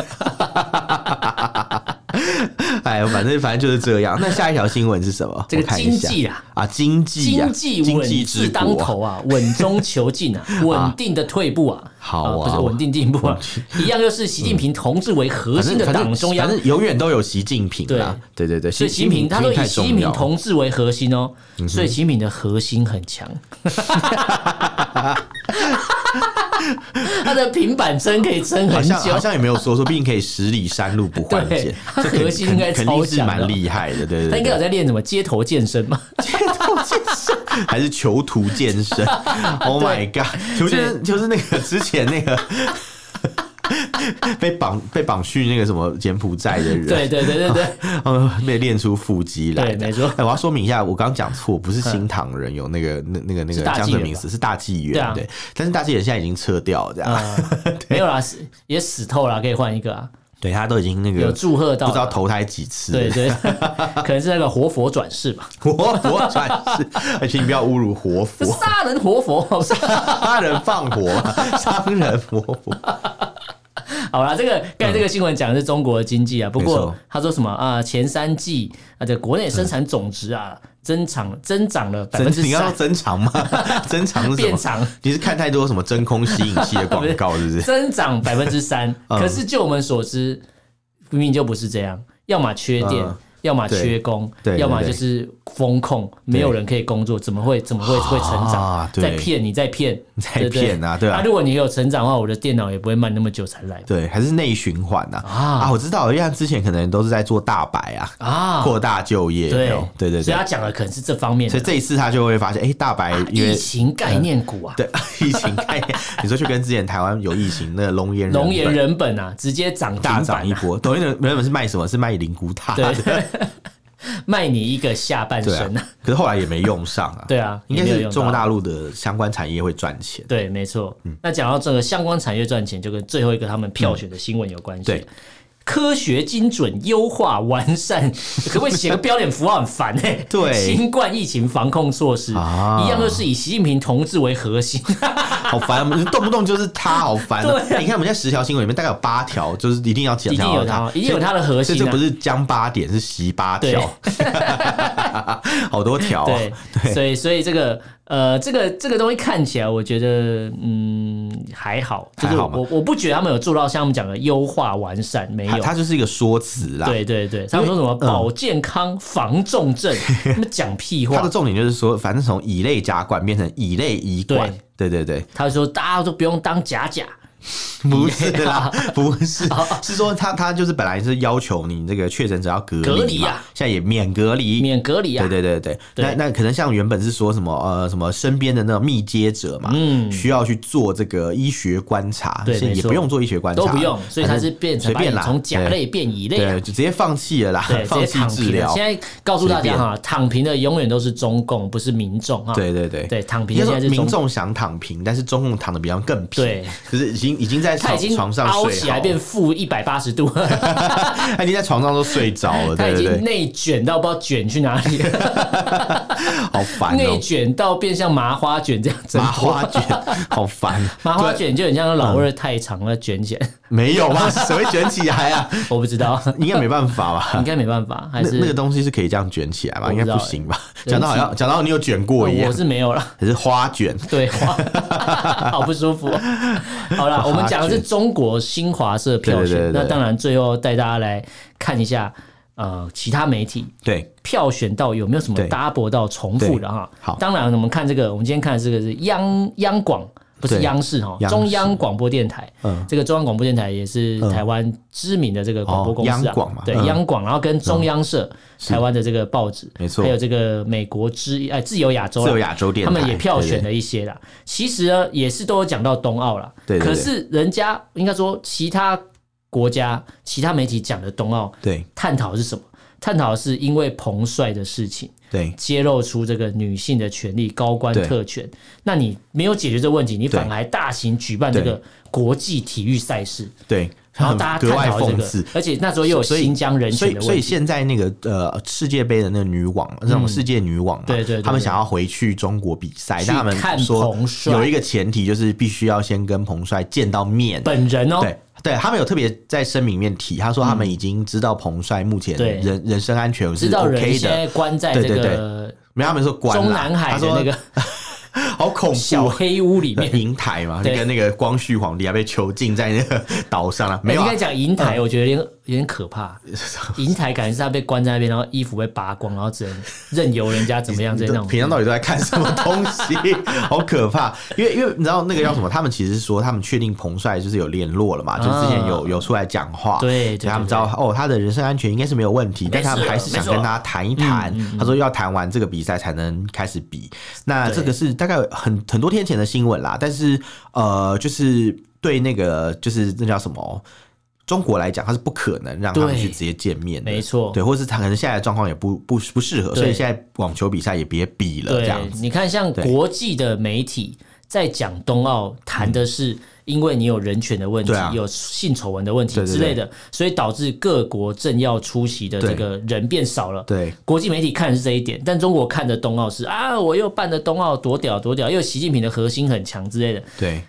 [SPEAKER 1] 哎，反正反正就是这样。那下一条新闻是什么？
[SPEAKER 2] 这个
[SPEAKER 1] 我看一下
[SPEAKER 2] 经济啊
[SPEAKER 1] 啊，经济啊，
[SPEAKER 2] 经济
[SPEAKER 1] 经
[SPEAKER 2] 稳
[SPEAKER 1] 济
[SPEAKER 2] 字
[SPEAKER 1] 之
[SPEAKER 2] 当
[SPEAKER 1] 国啊
[SPEAKER 2] 头啊，稳中求进
[SPEAKER 1] [laughs]
[SPEAKER 2] 啊，稳定的退步啊，
[SPEAKER 1] 好啊
[SPEAKER 2] 不是稳定进步啊，一样又是习近平同志为核
[SPEAKER 1] 反
[SPEAKER 2] 心
[SPEAKER 1] 正
[SPEAKER 2] 的
[SPEAKER 1] 反正
[SPEAKER 2] 党中央
[SPEAKER 1] 反，正永远都有习近平啦。对对对，
[SPEAKER 2] 所以习近平他都以
[SPEAKER 1] 太
[SPEAKER 2] 习
[SPEAKER 1] 重
[SPEAKER 2] 近平
[SPEAKER 1] 要了嗯
[SPEAKER 2] 同志为核心哦，所以习近平的核心很强。 [laughs] 他的平板撑可以撑
[SPEAKER 1] 好
[SPEAKER 2] 很久
[SPEAKER 1] 像，好像也没有说说，毕竟可以十里山路不换
[SPEAKER 2] 对
[SPEAKER 1] 肩，，
[SPEAKER 2] 他核心应该
[SPEAKER 1] 肯
[SPEAKER 2] 超
[SPEAKER 1] 定是
[SPEAKER 2] 强的
[SPEAKER 1] 蛮厉害的，对对
[SPEAKER 2] 他
[SPEAKER 1] 对
[SPEAKER 2] 应该有在练什么街头健身吧？
[SPEAKER 1] 还是囚徒健
[SPEAKER 2] [laughs]
[SPEAKER 1] 身？Oh my god！囚徒健身就是那个之前那个 [laughs] 被绑被绑去那个什么柬埔寨的人，
[SPEAKER 2] 对对对对
[SPEAKER 1] [laughs]
[SPEAKER 2] 对，
[SPEAKER 1] 嗯，没练出腹肌来。
[SPEAKER 2] 对没错
[SPEAKER 1] 哎，我要说明一下，我刚刚讲错，不是新唐人有那个那那个那
[SPEAKER 2] 是
[SPEAKER 1] 个
[SPEAKER 2] 大纪
[SPEAKER 1] 江
[SPEAKER 2] 元
[SPEAKER 1] 泽民死，是大纪
[SPEAKER 2] 对
[SPEAKER 1] 元
[SPEAKER 2] 啊
[SPEAKER 1] 对。但是大纪元现在已经撤掉了，这样 [laughs]
[SPEAKER 2] 嗯没有啦，死也死透了，可以换一个啊，
[SPEAKER 1] 对他都已经那
[SPEAKER 2] 有
[SPEAKER 1] 个
[SPEAKER 2] 祝贺到
[SPEAKER 1] 不
[SPEAKER 2] 了，
[SPEAKER 1] 知道投胎几次了。
[SPEAKER 2] 对对， [laughs] 可能是那个活佛转世吧，
[SPEAKER 1] 活佛转世，而且你不要侮辱活佛，
[SPEAKER 2] 这 [laughs] 杀人活
[SPEAKER 1] [laughs]
[SPEAKER 2] 佛。
[SPEAKER 1] 杀人放火，商人活佛。
[SPEAKER 2] 好啦，这个刚才这个新闻讲的是中国的经济啊，不
[SPEAKER 1] 嗯没
[SPEAKER 2] 过
[SPEAKER 1] 错
[SPEAKER 2] 他说什么啊、前三季啊，这国内生产总值啊，增长增长了百
[SPEAKER 1] 增
[SPEAKER 2] 分之
[SPEAKER 1] 你刚说
[SPEAKER 2] 三，
[SPEAKER 1] 增长吗？ [laughs] 增长是什
[SPEAKER 2] 变
[SPEAKER 1] 么？
[SPEAKER 2] 长。
[SPEAKER 1] 你是看太多什么真空吸引器的广告，是不是？
[SPEAKER 2] 增长百分之三，
[SPEAKER 1] [laughs] 嗯
[SPEAKER 2] 可是就我们所知，明明就不是这样，要么缺电。
[SPEAKER 1] 嗯
[SPEAKER 2] 要么缺工，
[SPEAKER 1] 对对
[SPEAKER 2] 要么
[SPEAKER 1] 对
[SPEAKER 2] 就是风控，没有人可以工作，怎么会怎么会会成长
[SPEAKER 1] 啊？对
[SPEAKER 2] 在骗你，在骗，
[SPEAKER 1] 在
[SPEAKER 2] [laughs] 对不对
[SPEAKER 1] 骗啊对啊
[SPEAKER 2] 如果你有成长的话，我的电脑也不会慢那么久才来
[SPEAKER 1] 对，还是内循环呐、啊？
[SPEAKER 2] 啊
[SPEAKER 1] 我知道了，因为他之前可能都是在做大白啊，
[SPEAKER 2] 啊！
[SPEAKER 1] 扩大就业，有没
[SPEAKER 2] 对
[SPEAKER 1] 有哦对对
[SPEAKER 2] 所
[SPEAKER 1] 对
[SPEAKER 2] 以他。讲的可能是这方面
[SPEAKER 1] 所以
[SPEAKER 2] 的
[SPEAKER 1] 这一次他就会发现，哎、大白因为、嗯
[SPEAKER 2] 疫情啊概念股啊，
[SPEAKER 1] 对 [laughs] 疫情概念，你说就跟之前台湾有疫情那个龙岩
[SPEAKER 2] 龙岩
[SPEAKER 1] 本
[SPEAKER 2] 人本啊，直接涨停
[SPEAKER 1] 大
[SPEAKER 2] 板
[SPEAKER 1] 涨一
[SPEAKER 2] 啊， [laughs]
[SPEAKER 1] 波，龙岩人原本是卖什么？是卖灵骨塔，
[SPEAKER 2] 对， [laughs] 卖你一个下半
[SPEAKER 1] 对啊
[SPEAKER 2] 身啊，，
[SPEAKER 1] 可是后来也没用上啊，
[SPEAKER 2] 对啊
[SPEAKER 1] 应该
[SPEAKER 2] 也没有
[SPEAKER 1] 是
[SPEAKER 2] 用到
[SPEAKER 1] 中国大陆的相关产业会赚钱。
[SPEAKER 2] 对，没错。
[SPEAKER 1] 嗯
[SPEAKER 2] 那讲到这个相关产业赚钱，就跟最后一个他们票选的新闻有关系。
[SPEAKER 1] 对
[SPEAKER 2] 科学精准优化完善， [laughs] 可不可以写个标点符号？很烦哎、
[SPEAKER 1] 对
[SPEAKER 2] 新冠疫情防控措施、
[SPEAKER 1] 啊
[SPEAKER 2] 一样都是以习近平同志为核心，
[SPEAKER 1] 好烦，我 [laughs] 们动不动就是他，好烦、
[SPEAKER 2] [laughs] 对啊
[SPEAKER 1] 哎你看我们现在十条新闻里面大概有八条，就是一定要讲
[SPEAKER 2] 一定有
[SPEAKER 1] 他
[SPEAKER 2] 他，，一定有他的
[SPEAKER 1] 所
[SPEAKER 2] 核心、
[SPEAKER 1] 以
[SPEAKER 2] 啊。
[SPEAKER 1] 这不是江八点，是习八条， [laughs] 好多条、啊。 [laughs]
[SPEAKER 2] 对，所以所以这个呃，这个这个东西看起来，我觉得嗯还好，就是
[SPEAKER 1] 还好吗
[SPEAKER 2] 我我不觉得他们有做到像他们讲的优化完善，没
[SPEAKER 1] 它
[SPEAKER 2] 有。
[SPEAKER 1] 它就是一个说辞啦。
[SPEAKER 2] 对对对，他们说什么
[SPEAKER 1] 嗯
[SPEAKER 2] 保健康、防重
[SPEAKER 1] [laughs]
[SPEAKER 2] 症，他们讲屁
[SPEAKER 1] 它
[SPEAKER 2] 话
[SPEAKER 1] 的。重点就是说，反正从乙类甲管变成乙类乙管。对对对， [laughs]
[SPEAKER 2] 他说大家都不用当假假，
[SPEAKER 1] 不是
[SPEAKER 2] [laughs]
[SPEAKER 1] 啦，不是，是说他他就是本来是要求你这个确诊者要隔
[SPEAKER 2] 隔
[SPEAKER 1] 离
[SPEAKER 2] 离
[SPEAKER 1] 嘛
[SPEAKER 2] 啊
[SPEAKER 1] 现在也免隔离，
[SPEAKER 2] 免隔离啊。
[SPEAKER 1] 对对对对，
[SPEAKER 2] 对
[SPEAKER 1] 那那可能像原本是说什么呃什么身边的那种密接者嘛，
[SPEAKER 2] 嗯
[SPEAKER 1] 需要去做这个医学观察，
[SPEAKER 2] 对
[SPEAKER 1] 现在
[SPEAKER 2] 没
[SPEAKER 1] 也
[SPEAKER 2] 错
[SPEAKER 1] 不用做医学观察，
[SPEAKER 2] 都不用，所以他
[SPEAKER 1] 反
[SPEAKER 2] 是
[SPEAKER 1] 正
[SPEAKER 2] 变成
[SPEAKER 1] 随
[SPEAKER 2] 把你
[SPEAKER 1] 便啦，
[SPEAKER 2] 从甲
[SPEAKER 1] 对
[SPEAKER 2] 类变乙类啊
[SPEAKER 1] 对，。就直接放弃了啦
[SPEAKER 2] 对，，
[SPEAKER 1] [laughs]
[SPEAKER 2] 直
[SPEAKER 1] 放
[SPEAKER 2] 接
[SPEAKER 1] 弃
[SPEAKER 2] 躺
[SPEAKER 1] 治
[SPEAKER 2] 平了。
[SPEAKER 1] 疗
[SPEAKER 2] 现。在告诉大
[SPEAKER 1] 随便
[SPEAKER 2] 家哈，躺平的永远都是中共，不是民众哈。
[SPEAKER 1] 对对对
[SPEAKER 2] 对，躺平
[SPEAKER 1] 应该
[SPEAKER 2] 现
[SPEAKER 1] 说
[SPEAKER 2] 在是
[SPEAKER 1] 民
[SPEAKER 2] 中共，
[SPEAKER 1] 众想躺平，但是中共躺的比较更平，
[SPEAKER 2] 对，
[SPEAKER 1] 就是已经已经在
[SPEAKER 2] 他
[SPEAKER 1] 床
[SPEAKER 2] 已经
[SPEAKER 1] 床上
[SPEAKER 2] 凹
[SPEAKER 1] 睡
[SPEAKER 2] 起来
[SPEAKER 1] 好
[SPEAKER 2] 变负一百八十度，
[SPEAKER 1] [laughs] 他已经在床上都睡着了，
[SPEAKER 2] 他
[SPEAKER 1] [laughs] 对
[SPEAKER 2] 已
[SPEAKER 1] 对
[SPEAKER 2] 经
[SPEAKER 1] 对，
[SPEAKER 2] 内卷到不知道卷去哪里了，
[SPEAKER 1] [laughs] 好烦
[SPEAKER 2] 内
[SPEAKER 1] 哦，
[SPEAKER 2] 卷到变像麻花卷这样子。
[SPEAKER 1] 麻花
[SPEAKER 2] [laughs]
[SPEAKER 1] 卷好烦，
[SPEAKER 2] 麻花
[SPEAKER 1] 对
[SPEAKER 2] 卷就很像老二太长了卷起来，
[SPEAKER 1] 没有吧？ [laughs] 谁会卷起来啊？
[SPEAKER 2] 我不
[SPEAKER 1] [laughs]
[SPEAKER 2] 知道，
[SPEAKER 1] 应该没办法吧？
[SPEAKER 2] [laughs] 应该没办法，还
[SPEAKER 1] 那
[SPEAKER 2] 是
[SPEAKER 1] 那个东西是可以这样卷起来吧？
[SPEAKER 2] 我不
[SPEAKER 1] 应
[SPEAKER 2] 知
[SPEAKER 1] 该
[SPEAKER 2] 道欸
[SPEAKER 1] 不行吧？讲到好像讲到你有卷过一
[SPEAKER 2] 哦我
[SPEAKER 1] 样，
[SPEAKER 2] 是没
[SPEAKER 1] [laughs]
[SPEAKER 2] 有了。
[SPEAKER 1] 还是花卷？
[SPEAKER 2] 对，哇 [laughs] 好不舒服。好啦，我们讲的是中国新华社票
[SPEAKER 1] 对对
[SPEAKER 2] 选，
[SPEAKER 1] 对对
[SPEAKER 2] 那当然最后带大家来看一下，呃，其他媒体
[SPEAKER 1] 对，
[SPEAKER 2] 票选到有没有什么
[SPEAKER 1] 对
[SPEAKER 2] double 到重复的哈？
[SPEAKER 1] 好
[SPEAKER 2] 当然我们看这个，我们今天看的这个是央央广，不是
[SPEAKER 1] 对
[SPEAKER 2] 央视哈，
[SPEAKER 1] 央视
[SPEAKER 2] 中央广播电台。
[SPEAKER 1] 嗯
[SPEAKER 2] 这个中央广播电台也是台湾知名的这个广播公司啊，
[SPEAKER 1] 哦央广嘛
[SPEAKER 2] 对，
[SPEAKER 1] 嗯
[SPEAKER 2] 央广，然后跟中央社、台湾的这个报纸，
[SPEAKER 1] 没错
[SPEAKER 2] 还有这个美国之哎自由亚洲啦，
[SPEAKER 1] 自由亚洲电
[SPEAKER 2] 他
[SPEAKER 1] 台，
[SPEAKER 2] 们也票选
[SPEAKER 1] 对
[SPEAKER 2] 了一些啦。其实呢，也是都有讲到冬奥啦。
[SPEAKER 1] 对对对
[SPEAKER 2] 可是人家应该说其他国家、其他媒体讲的冬奥
[SPEAKER 1] 对
[SPEAKER 2] 探讨的是什么？探讨的是因为彭帅的事情
[SPEAKER 1] 对
[SPEAKER 2] 揭露出这个女性的权利、高官
[SPEAKER 1] 对
[SPEAKER 2] 特权。那你没有解决这个问题，你
[SPEAKER 1] 对
[SPEAKER 2] 反而还大型举办这
[SPEAKER 1] 对
[SPEAKER 2] 个国际体育赛事，
[SPEAKER 1] 对，
[SPEAKER 2] 然后大
[SPEAKER 1] 很格
[SPEAKER 2] 家探
[SPEAKER 1] 外
[SPEAKER 2] 讨这
[SPEAKER 1] 讽
[SPEAKER 2] 个
[SPEAKER 1] 刺。，
[SPEAKER 2] 而且那时候又有
[SPEAKER 1] 所以
[SPEAKER 2] 新疆人
[SPEAKER 1] 所
[SPEAKER 2] 权
[SPEAKER 1] 以，
[SPEAKER 2] 的
[SPEAKER 1] 所
[SPEAKER 2] 问
[SPEAKER 1] 以
[SPEAKER 2] 题。嗯
[SPEAKER 1] 现在那个呃世界杯的那个女网，这种世界女网嘛，啊
[SPEAKER 2] 对对对
[SPEAKER 1] 他们
[SPEAKER 2] 对
[SPEAKER 1] 想要回去中国比赛，
[SPEAKER 2] 去
[SPEAKER 1] 但他
[SPEAKER 2] 看
[SPEAKER 1] 们说
[SPEAKER 2] 彭帅
[SPEAKER 1] 有一个前提就是必须要先跟彭帅见到面，
[SPEAKER 2] 本人哦，
[SPEAKER 1] 对对，他们有特别在声明里面提，他说他们已经知道彭帅目前
[SPEAKER 2] 嗯对
[SPEAKER 1] 人人身安全
[SPEAKER 2] 知
[SPEAKER 1] 是
[SPEAKER 2] 道人
[SPEAKER 1] OK
[SPEAKER 2] 现在
[SPEAKER 1] 的，
[SPEAKER 2] 关在
[SPEAKER 1] 对
[SPEAKER 2] 这
[SPEAKER 1] 对
[SPEAKER 2] 个
[SPEAKER 1] 没有他们说关了，
[SPEAKER 2] 中南海
[SPEAKER 1] 他
[SPEAKER 2] 的
[SPEAKER 1] 说 [laughs]
[SPEAKER 2] 那个
[SPEAKER 1] 好恐怖
[SPEAKER 2] 小
[SPEAKER 1] 哦。
[SPEAKER 2] 黑屋里面，
[SPEAKER 1] 银台嘛，就 [laughs]
[SPEAKER 2] 对
[SPEAKER 1] 跟那个光绪皇帝还被囚禁在那个岛上了、没有、
[SPEAKER 2] 哎应
[SPEAKER 1] 啊
[SPEAKER 2] 该？讲银台，我觉得有点有点
[SPEAKER 1] [laughs]
[SPEAKER 2] 可怕。银台感觉是他被关在那边，然后衣服被扒光，然后只能任由人家怎么样这种。
[SPEAKER 1] 平常到底都在看什么东西？ [laughs] 好可怕！因为因为你知道那个叫什么？他们其实说他们确定彭帅就是有联络了嘛，就之前有有出来讲话，
[SPEAKER 2] 啊对对
[SPEAKER 1] 所以他们
[SPEAKER 2] 对
[SPEAKER 1] 知道哦，他的人身安全应该是没有问题，但
[SPEAKER 2] 事啊
[SPEAKER 1] 他们还是想跟他谈一谈
[SPEAKER 2] 没错嗯。
[SPEAKER 1] 他说要谈完这个比赛才能开始比。那这个是大概很很多天前的新闻啦，但是呃，就是对那个就是那叫什么？中国来讲，他是不可能让他们
[SPEAKER 2] 对
[SPEAKER 1] 去直接见面的，
[SPEAKER 2] 没错
[SPEAKER 1] 对，或是他可能现在的状况也不不不适合，所以
[SPEAKER 2] 对
[SPEAKER 1] 现在网球比赛也别比了，这
[SPEAKER 2] 对
[SPEAKER 1] 样，子。
[SPEAKER 2] 你看，像
[SPEAKER 1] 对
[SPEAKER 2] 国际的媒体在讲冬奥，谈的是因为你有人权的问题
[SPEAKER 1] 对啊，
[SPEAKER 2] 有性丑闻的问题
[SPEAKER 1] 对对
[SPEAKER 2] 之类的，所以导致各国政要出席的这个人变少了。
[SPEAKER 1] 对
[SPEAKER 2] 国际媒体看的是这一点，但中国看的冬奥是啊，我又办的冬奥多屌多屌，又习近平的核心很强之类的，
[SPEAKER 1] 对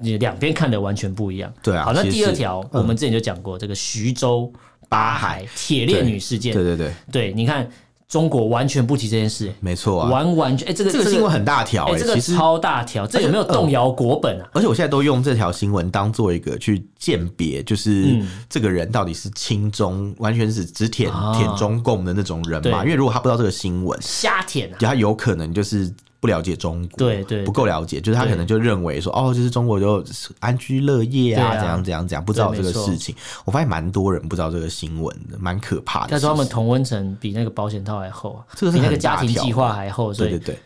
[SPEAKER 2] 你两边看的完全不一样。
[SPEAKER 1] 对啊
[SPEAKER 2] 好，那
[SPEAKER 1] 其实
[SPEAKER 2] 第二
[SPEAKER 1] 是
[SPEAKER 2] 条，
[SPEAKER 1] 嗯
[SPEAKER 2] 我们之前就讲过这个徐州八海铁链女事件，
[SPEAKER 1] 对对对，
[SPEAKER 2] 对你看中国完全不提这件事、
[SPEAKER 1] 没错啊。
[SPEAKER 2] 完完全哎、这个
[SPEAKER 1] 这个新闻很大条
[SPEAKER 2] 哎、
[SPEAKER 1] 哎、
[SPEAKER 2] 这个
[SPEAKER 1] 其实，
[SPEAKER 2] 超大条，这有没有动摇国本啊？
[SPEAKER 1] 而且我现在都用这条新闻当做一个去鉴别，就是
[SPEAKER 2] 嗯
[SPEAKER 1] 这个人到底是亲中，完全是只舔
[SPEAKER 2] 啊
[SPEAKER 1] 舔中共的那种人嘛。因
[SPEAKER 2] 对
[SPEAKER 1] 为如果他不知道这个新闻，
[SPEAKER 2] 瞎舔啊！
[SPEAKER 1] 他有可能就是不了解中国，
[SPEAKER 2] 对对
[SPEAKER 1] 不够了解，就是他
[SPEAKER 2] 对
[SPEAKER 1] 可能就认为说，哦，就是中国就安居乐业啊，
[SPEAKER 2] 对啊
[SPEAKER 1] 怎样怎样怎样，不知道
[SPEAKER 2] 对
[SPEAKER 1] 这个
[SPEAKER 2] 没错
[SPEAKER 1] 事情。我发现蛮多人不知道这个新闻的，蛮可怕的。
[SPEAKER 2] 他说他们
[SPEAKER 1] 其实
[SPEAKER 2] 同温层比那个保险套还厚啊，
[SPEAKER 1] 这个是
[SPEAKER 2] 比那个
[SPEAKER 1] 很大
[SPEAKER 2] 家庭
[SPEAKER 1] 条
[SPEAKER 2] 计划还厚，所
[SPEAKER 1] 对
[SPEAKER 2] 以
[SPEAKER 1] 对对。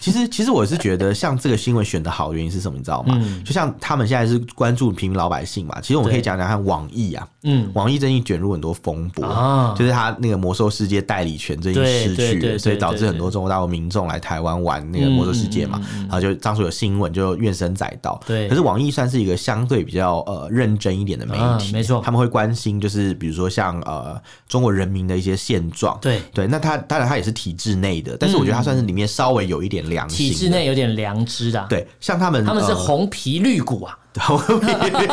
[SPEAKER 1] 其实，其实我是觉得，像这个新闻选的好，原因是什么？你知道吗？就像他们现在是关注平民老百姓嘛。其实我们可以
[SPEAKER 2] 嗯对
[SPEAKER 1] 讲讲看网易啊，
[SPEAKER 2] 嗯，
[SPEAKER 1] 网易最近卷入很多风波，
[SPEAKER 2] 啊
[SPEAKER 1] 就是他那个魔兽世界代理权最近
[SPEAKER 2] 对
[SPEAKER 1] 失
[SPEAKER 2] 对
[SPEAKER 1] 去
[SPEAKER 2] 对
[SPEAKER 1] 了，
[SPEAKER 2] 对
[SPEAKER 1] 所以导
[SPEAKER 2] 对
[SPEAKER 1] 致
[SPEAKER 2] 对嗯
[SPEAKER 1] 很多中国大陆民众来台湾玩那个魔兽世界嘛，然后就当初有新闻就怨声载道。
[SPEAKER 2] 对
[SPEAKER 1] 可是网易算是一个相对比较呃认真一点的媒
[SPEAKER 2] 啊
[SPEAKER 1] 体，
[SPEAKER 2] 没错
[SPEAKER 1] 他们会关心就是比如说像呃中国人民的一些现状，
[SPEAKER 2] 对
[SPEAKER 1] 对，那他当然他也是体制内的，但是我觉得他算是里面稍微有一点良心
[SPEAKER 2] 嗯体
[SPEAKER 1] 的，
[SPEAKER 2] 制内有点良知的啊、
[SPEAKER 1] 对，嗯像他们
[SPEAKER 2] 他们是
[SPEAKER 1] 呃 [laughs]
[SPEAKER 2] 红皮绿骨啊，
[SPEAKER 1] 头皮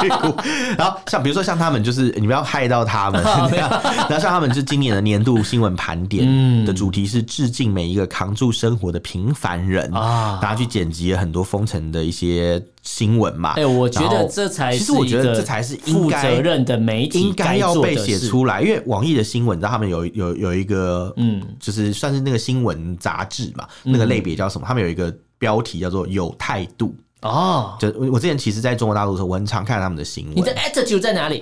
[SPEAKER 1] 股，然后像比如说像他们就是你不要害到他们，
[SPEAKER 2] 哦
[SPEAKER 1] [laughs] 然后像他们就今年的年度新闻盘
[SPEAKER 2] 嗯
[SPEAKER 1] 点的主题是致敬每一个扛住生活的平凡人
[SPEAKER 2] 啊
[SPEAKER 1] 大家去剪辑了很多封城的一些新闻嘛。
[SPEAKER 2] 哎、我觉
[SPEAKER 1] 然
[SPEAKER 2] 得
[SPEAKER 1] 后
[SPEAKER 2] 这才
[SPEAKER 1] 其
[SPEAKER 2] 是
[SPEAKER 1] 实我
[SPEAKER 2] 一
[SPEAKER 1] 觉得
[SPEAKER 2] 个
[SPEAKER 1] 这才是应
[SPEAKER 2] 负
[SPEAKER 1] 该
[SPEAKER 2] 责任的媒体
[SPEAKER 1] 应该要
[SPEAKER 2] 做
[SPEAKER 1] 被
[SPEAKER 2] 的
[SPEAKER 1] 写
[SPEAKER 2] 事。
[SPEAKER 1] 出来，因为网易的新闻，你知道他们有有有一个，嗯，就是算是那个新闻杂志嘛，那个类别叫什么？他们有一个标题叫做“有态度
[SPEAKER 2] 哦”，，
[SPEAKER 1] 就我我之前其实在中国大陆的时候，我很常看他们的新闻。
[SPEAKER 2] 你的 attitude 在
[SPEAKER 1] [laughs]
[SPEAKER 2] 哪里？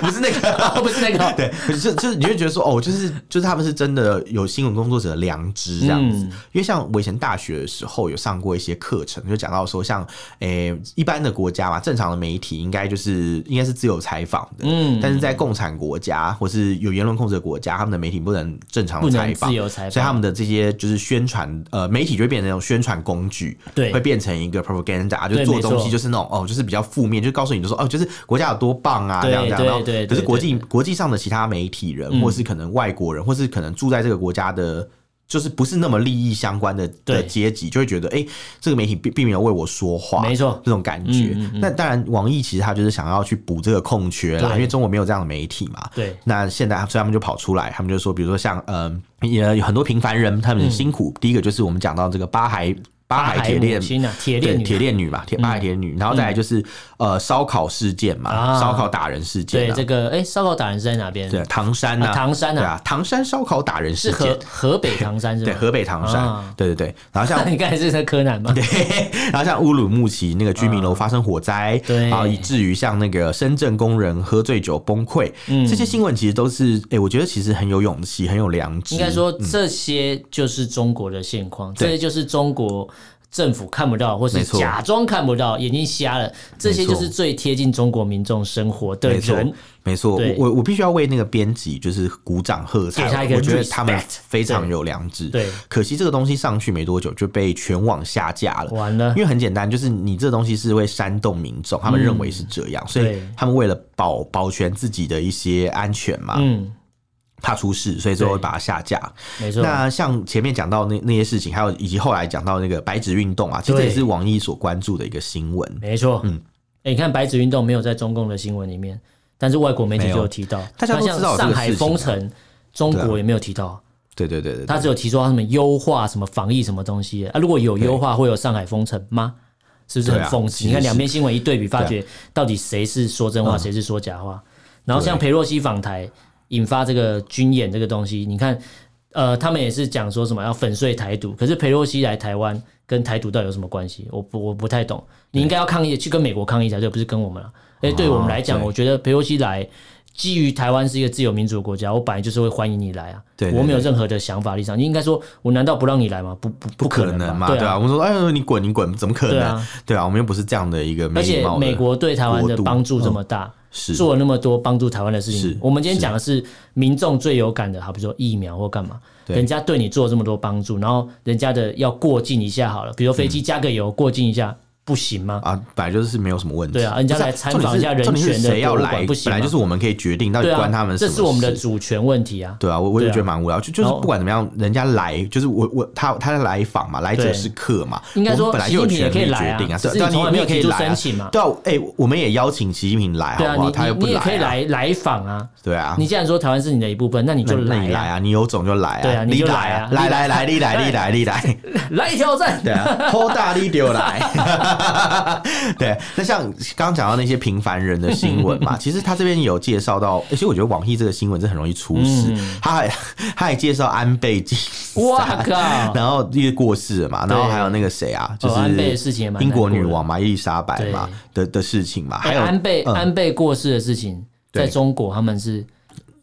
[SPEAKER 1] 不是那个，
[SPEAKER 2] 不是那个，
[SPEAKER 1] 对， [laughs] 可是就是你会觉得说，哦，就是就是他们是真的有新闻工作者的良知这样子。
[SPEAKER 2] 嗯
[SPEAKER 1] 因为像我以前大学的时候有上过一些课程，就讲到说像，诶一般的国家嘛，正常的媒体应该就是应该是自由采访的，
[SPEAKER 2] 嗯
[SPEAKER 1] 但是在共产国家或是有言论控制的国家，他们的媒体不能正常
[SPEAKER 2] 不
[SPEAKER 1] 的
[SPEAKER 2] 能
[SPEAKER 1] 采访
[SPEAKER 2] 自由采访
[SPEAKER 1] 所以他们的这些就是宣传，呃，媒体就会变成那种宣传工具，
[SPEAKER 2] 对
[SPEAKER 1] 会变成一个 propaganda，就
[SPEAKER 2] 对
[SPEAKER 1] 做
[SPEAKER 2] 没错
[SPEAKER 1] 东西就是那种哦，就是比较负面，就告诉你就说哦，就是国家有多棒啊，这
[SPEAKER 2] 对
[SPEAKER 1] 样这样，
[SPEAKER 2] 对
[SPEAKER 1] 然后
[SPEAKER 2] 对
[SPEAKER 1] 可是
[SPEAKER 2] 对
[SPEAKER 1] 国
[SPEAKER 2] 对
[SPEAKER 1] 际国际上的其他媒体人，
[SPEAKER 2] 嗯
[SPEAKER 1] 或是可能外国人，或是可能住在这个国家的。就是不是那么利益相关的的
[SPEAKER 2] 对
[SPEAKER 1] 阶级，就会觉得，哎、这个媒体并并没有为我说话，
[SPEAKER 2] 没错
[SPEAKER 1] 这种感觉。
[SPEAKER 2] 嗯嗯嗯
[SPEAKER 1] 那当然，网易其实他就是想要去补这个空缺啦，
[SPEAKER 2] 对
[SPEAKER 1] 因为中国没有这样的媒体嘛。
[SPEAKER 2] 对
[SPEAKER 1] 那现在，所以他们就跑出来，他们就说，比如说像，嗯、也有很多平凡人，他们很辛苦。第一个就是我们讲到这个巴海巴海铁
[SPEAKER 2] 母
[SPEAKER 1] 链
[SPEAKER 2] 亲啊，铁
[SPEAKER 1] 对
[SPEAKER 2] 链女啊，嗯
[SPEAKER 1] 铁链女嘛，铁巴海铁链女，然后再来就是呃烧烤事件嘛，
[SPEAKER 2] 啊
[SPEAKER 1] 烧烤打人事件
[SPEAKER 2] 对
[SPEAKER 1] 啊，
[SPEAKER 2] 这个，哎，烧烤打人是在哪边？
[SPEAKER 1] 对，唐山呐，
[SPEAKER 2] 啊唐山啊
[SPEAKER 1] 对啊，唐山烧烤打人
[SPEAKER 2] 是
[SPEAKER 1] 事
[SPEAKER 2] 河
[SPEAKER 1] 件，
[SPEAKER 2] 河北唐山是
[SPEAKER 1] 对，
[SPEAKER 2] 吗？
[SPEAKER 1] 河北唐山
[SPEAKER 2] 啊，
[SPEAKER 1] 对对对，然后像
[SPEAKER 2] [laughs] 你刚才是在柯南吗？
[SPEAKER 1] 对， [laughs] 然后像乌鲁木齐那个居民楼发生火灾，啊
[SPEAKER 2] 对
[SPEAKER 1] 然后以至于像那个深圳工人喝醉酒崩溃，
[SPEAKER 2] 嗯
[SPEAKER 1] 这些新闻其实都是，哎、我觉得其实很有勇气，很有良知。
[SPEAKER 2] 应该说这些就是中国的现况，
[SPEAKER 1] 嗯
[SPEAKER 2] 这
[SPEAKER 1] 对
[SPEAKER 2] 些就是中国政府看不到，或是
[SPEAKER 1] 没错
[SPEAKER 2] 假装看不到，眼睛瞎了，这些
[SPEAKER 1] 没错
[SPEAKER 2] 就是最贴近中国民众生活的
[SPEAKER 1] 没错
[SPEAKER 2] 人。
[SPEAKER 1] 没错，我
[SPEAKER 2] 对
[SPEAKER 1] 我我必须要为那个编辑就是鼓掌喝彩
[SPEAKER 2] 给他一，个
[SPEAKER 1] 我觉得他们
[SPEAKER 2] respect，
[SPEAKER 1] 非常有良知。
[SPEAKER 2] 对
[SPEAKER 1] 可惜这个东西上去没多久就被全网下架了。
[SPEAKER 2] 完了
[SPEAKER 1] 因为很简单，就是你这东西是会煽动民众，他们认为是这样，所以
[SPEAKER 2] 嗯对
[SPEAKER 1] 他们为了保保全自己的一些安全嘛，
[SPEAKER 2] 嗯，
[SPEAKER 1] 怕出事，所以最后
[SPEAKER 2] 对
[SPEAKER 1] 会把它下架。
[SPEAKER 2] 没错。
[SPEAKER 1] 那像前面讲到那那些事情，还有以及后来讲到那个白纸运动啊，其实
[SPEAKER 2] 对
[SPEAKER 1] 这也是网易所关注的一个新闻。
[SPEAKER 2] 没错，嗯，哎、你看白纸运动没有在中共的新闻里面，但是外国媒体
[SPEAKER 1] 没有
[SPEAKER 2] 就有提到，
[SPEAKER 1] 大家都
[SPEAKER 2] 那像
[SPEAKER 1] 知道有这个
[SPEAKER 2] 上海
[SPEAKER 1] 事情啊
[SPEAKER 2] 封城，中
[SPEAKER 1] 对啊
[SPEAKER 2] 国也没有提到，
[SPEAKER 1] 对对对对
[SPEAKER 2] 他
[SPEAKER 1] 对，
[SPEAKER 2] 只有提出他们优化什么防疫什么东西啊，如果有优化，会有上海封城吗？是不是很
[SPEAKER 1] 对啊
[SPEAKER 2] 讽
[SPEAKER 1] 其
[SPEAKER 2] 刺？
[SPEAKER 1] 实
[SPEAKER 2] 你看
[SPEAKER 1] 是
[SPEAKER 2] 两边新闻一对比，发
[SPEAKER 1] 对啊嗯
[SPEAKER 2] 觉到底谁是说真话，谁是说假话？然后像裴洛西访台引发这个军演这个东西，你看，呃，他们也是讲说什么要粉碎台独，可是裴洛西来台湾跟台独到底有什么关系？我不我不太懂。你应该要抗议，去跟美国抗议才对，不是跟我们了。哎，对我们来讲，
[SPEAKER 1] 啊对
[SPEAKER 2] 我觉得裴洛西来。基于台湾是一个自由民主的国家，我本来就是会欢迎你来啊！
[SPEAKER 1] 对对
[SPEAKER 2] 我没有
[SPEAKER 1] 对
[SPEAKER 2] 任何的想法立场，你应该说，我难道不让你来吗？不不不
[SPEAKER 1] 不可
[SPEAKER 2] 能
[SPEAKER 1] 能
[SPEAKER 2] 吧
[SPEAKER 1] 嘛，
[SPEAKER 2] 对
[SPEAKER 1] 对啊，我们说，哎呦，你滚，你滚，怎么可
[SPEAKER 2] 对
[SPEAKER 1] 能
[SPEAKER 2] 啊？
[SPEAKER 1] 对啊，我们又不是这样的一个没
[SPEAKER 2] 而且
[SPEAKER 1] 礼貌的
[SPEAKER 2] 美国对台湾
[SPEAKER 1] 国
[SPEAKER 2] 的
[SPEAKER 1] 度嗯
[SPEAKER 2] 帮助这么大，
[SPEAKER 1] 是
[SPEAKER 2] 做了那么多帮助台湾的事情
[SPEAKER 1] 是。
[SPEAKER 2] 我们今天讲的是民众最有感的，好比说疫苗或干嘛，
[SPEAKER 1] 对
[SPEAKER 2] 人家对你做了这么多帮助，然后人家的要过境一下好了，比如
[SPEAKER 1] 嗯
[SPEAKER 2] 飞机加个油过境一下，不行吗？
[SPEAKER 1] 啊，本来就是没有什么问题。
[SPEAKER 2] 对啊人家
[SPEAKER 1] 不是
[SPEAKER 2] 来参访一下
[SPEAKER 1] 重点是
[SPEAKER 2] 人
[SPEAKER 1] 重点
[SPEAKER 2] 权的
[SPEAKER 1] 是谁要
[SPEAKER 2] 博物馆
[SPEAKER 1] 来，
[SPEAKER 2] 不行
[SPEAKER 1] 本来
[SPEAKER 2] 吗
[SPEAKER 1] 就是我们可以决定到底
[SPEAKER 2] 对
[SPEAKER 1] 关他
[SPEAKER 2] 啊
[SPEAKER 1] 们，什
[SPEAKER 2] 这
[SPEAKER 1] 么
[SPEAKER 2] 是我们的
[SPEAKER 1] 事
[SPEAKER 2] 主权问题啊。
[SPEAKER 1] 对啊，我我也
[SPEAKER 2] 对啊
[SPEAKER 1] 觉得蛮无聊，就就是
[SPEAKER 2] 然后
[SPEAKER 1] 不管怎么样，人家来就是我我他他来访嘛，来者
[SPEAKER 2] 对
[SPEAKER 1] 是客嘛，
[SPEAKER 2] 应该说
[SPEAKER 1] 我们本来就有
[SPEAKER 2] 习近平也
[SPEAKER 1] 权
[SPEAKER 2] 可以
[SPEAKER 1] 利
[SPEAKER 2] 来
[SPEAKER 1] 决
[SPEAKER 2] 啊
[SPEAKER 1] 定啊，
[SPEAKER 2] 只是
[SPEAKER 1] 对啊，
[SPEAKER 2] 你从来
[SPEAKER 1] 你
[SPEAKER 2] 没
[SPEAKER 1] 也
[SPEAKER 2] 有
[SPEAKER 1] 可
[SPEAKER 2] 提
[SPEAKER 1] 以
[SPEAKER 2] 出
[SPEAKER 1] 来啊
[SPEAKER 2] 申请嘛
[SPEAKER 1] 对啊，哎，我们也邀请习近平来，
[SPEAKER 2] 对
[SPEAKER 1] 好
[SPEAKER 2] 啊，
[SPEAKER 1] 不好？他又
[SPEAKER 2] 你你
[SPEAKER 1] 不
[SPEAKER 2] 你也可以
[SPEAKER 1] 来啊，
[SPEAKER 2] 来来访啊。
[SPEAKER 1] 对啊，
[SPEAKER 2] 你既然说台湾是你的一部分，那你
[SPEAKER 1] 那
[SPEAKER 2] 就
[SPEAKER 1] 那你来
[SPEAKER 2] 来啊，
[SPEAKER 1] 啊，你有种就来啊，
[SPEAKER 2] 对啊你
[SPEAKER 1] 你
[SPEAKER 2] 就
[SPEAKER 1] 来
[SPEAKER 2] 来啊
[SPEAKER 1] 来来来，你来你来你
[SPEAKER 2] [laughs]
[SPEAKER 1] 来。
[SPEAKER 2] 来挑战。
[SPEAKER 1] [laughs] 对啊，偷大力丢来。
[SPEAKER 2] [laughs]
[SPEAKER 1] 对，那像刚刚讲到那些平凡人的新闻
[SPEAKER 2] [laughs]
[SPEAKER 1] 嘛，其实他这边有介绍到，而且我觉得网易这个新闻真的很容易出事，
[SPEAKER 2] 嗯
[SPEAKER 1] 他还 [laughs] 他还介绍安倍晋三
[SPEAKER 2] 哇靠！
[SPEAKER 1] 然后因为过世了嘛，然后还有那个谁啊，就
[SPEAKER 2] 哦安倍的事
[SPEAKER 1] 是
[SPEAKER 2] 情也蛮
[SPEAKER 1] 英国
[SPEAKER 2] 难过
[SPEAKER 1] 女
[SPEAKER 2] 的
[SPEAKER 1] 王嘛，伊丽莎白嘛的的事情嘛，还有
[SPEAKER 2] 哎安倍、
[SPEAKER 1] 嗯
[SPEAKER 2] 安倍过世的事情，
[SPEAKER 1] 对
[SPEAKER 2] 在中国他们是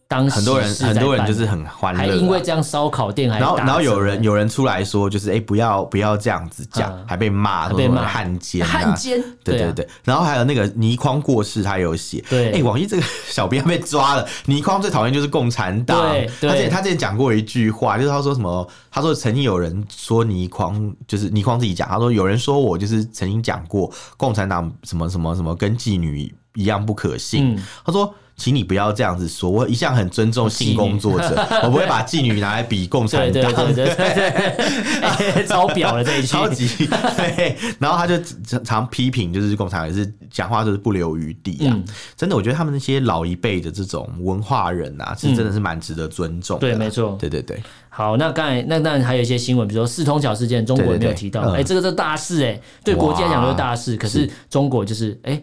[SPEAKER 2] 当
[SPEAKER 1] 很多人
[SPEAKER 2] 喜事在
[SPEAKER 1] 很多人
[SPEAKER 2] 办
[SPEAKER 1] 就是很欢乐啊，
[SPEAKER 2] 还因为这样烧烤店还
[SPEAKER 1] 然后
[SPEAKER 2] 打
[SPEAKER 1] 然后有
[SPEAKER 2] 折
[SPEAKER 1] 人有人出来说，就是哎、不要不要这样子讲，
[SPEAKER 2] 嗯
[SPEAKER 1] 还被骂，
[SPEAKER 2] 被
[SPEAKER 1] 什么
[SPEAKER 2] 骂
[SPEAKER 1] 汉奸、啊，
[SPEAKER 2] 汉奸
[SPEAKER 1] 对
[SPEAKER 2] 对
[SPEAKER 1] 对
[SPEAKER 2] 啊
[SPEAKER 1] 对。然后还有那个倪匡过世，他有写，
[SPEAKER 2] 对
[SPEAKER 1] 哎、网易这个小编被抓了，倪匡最讨厌就是共产党，
[SPEAKER 2] 对对
[SPEAKER 1] 他之前他之前讲过一句话，就是他说什么，他说曾经有人说倪匡，就是倪匡自己讲，他说有人说我就是曾经讲过共产党什么什么什么跟妓女一样不可信，
[SPEAKER 2] 嗯
[SPEAKER 1] 他说。请你不要这样子说，我一向很尊
[SPEAKER 2] [laughs]
[SPEAKER 1] 重性工作者，我不会把妓女拿来比共产
[SPEAKER 2] 对对
[SPEAKER 1] 党。
[SPEAKER 2] 对对对对，超表了这一句，
[SPEAKER 1] 超级 [laughs] 对，然后他就常常批评，就是共产党也是讲话就是不留余地啊。
[SPEAKER 2] 嗯
[SPEAKER 1] 真的，我觉得他们那些老一辈的这种文化人啊，是真的是蛮值得尊重的啦、
[SPEAKER 2] 嗯对没错
[SPEAKER 1] 对对对，
[SPEAKER 2] 好，那刚才那当然还有一些新闻，比如说四通桥事件，中国也没有提到。
[SPEAKER 1] 对对对
[SPEAKER 2] 哎、
[SPEAKER 1] 嗯
[SPEAKER 2] 这个是大事哎、对国际来讲都是大事，可是中国就是哎、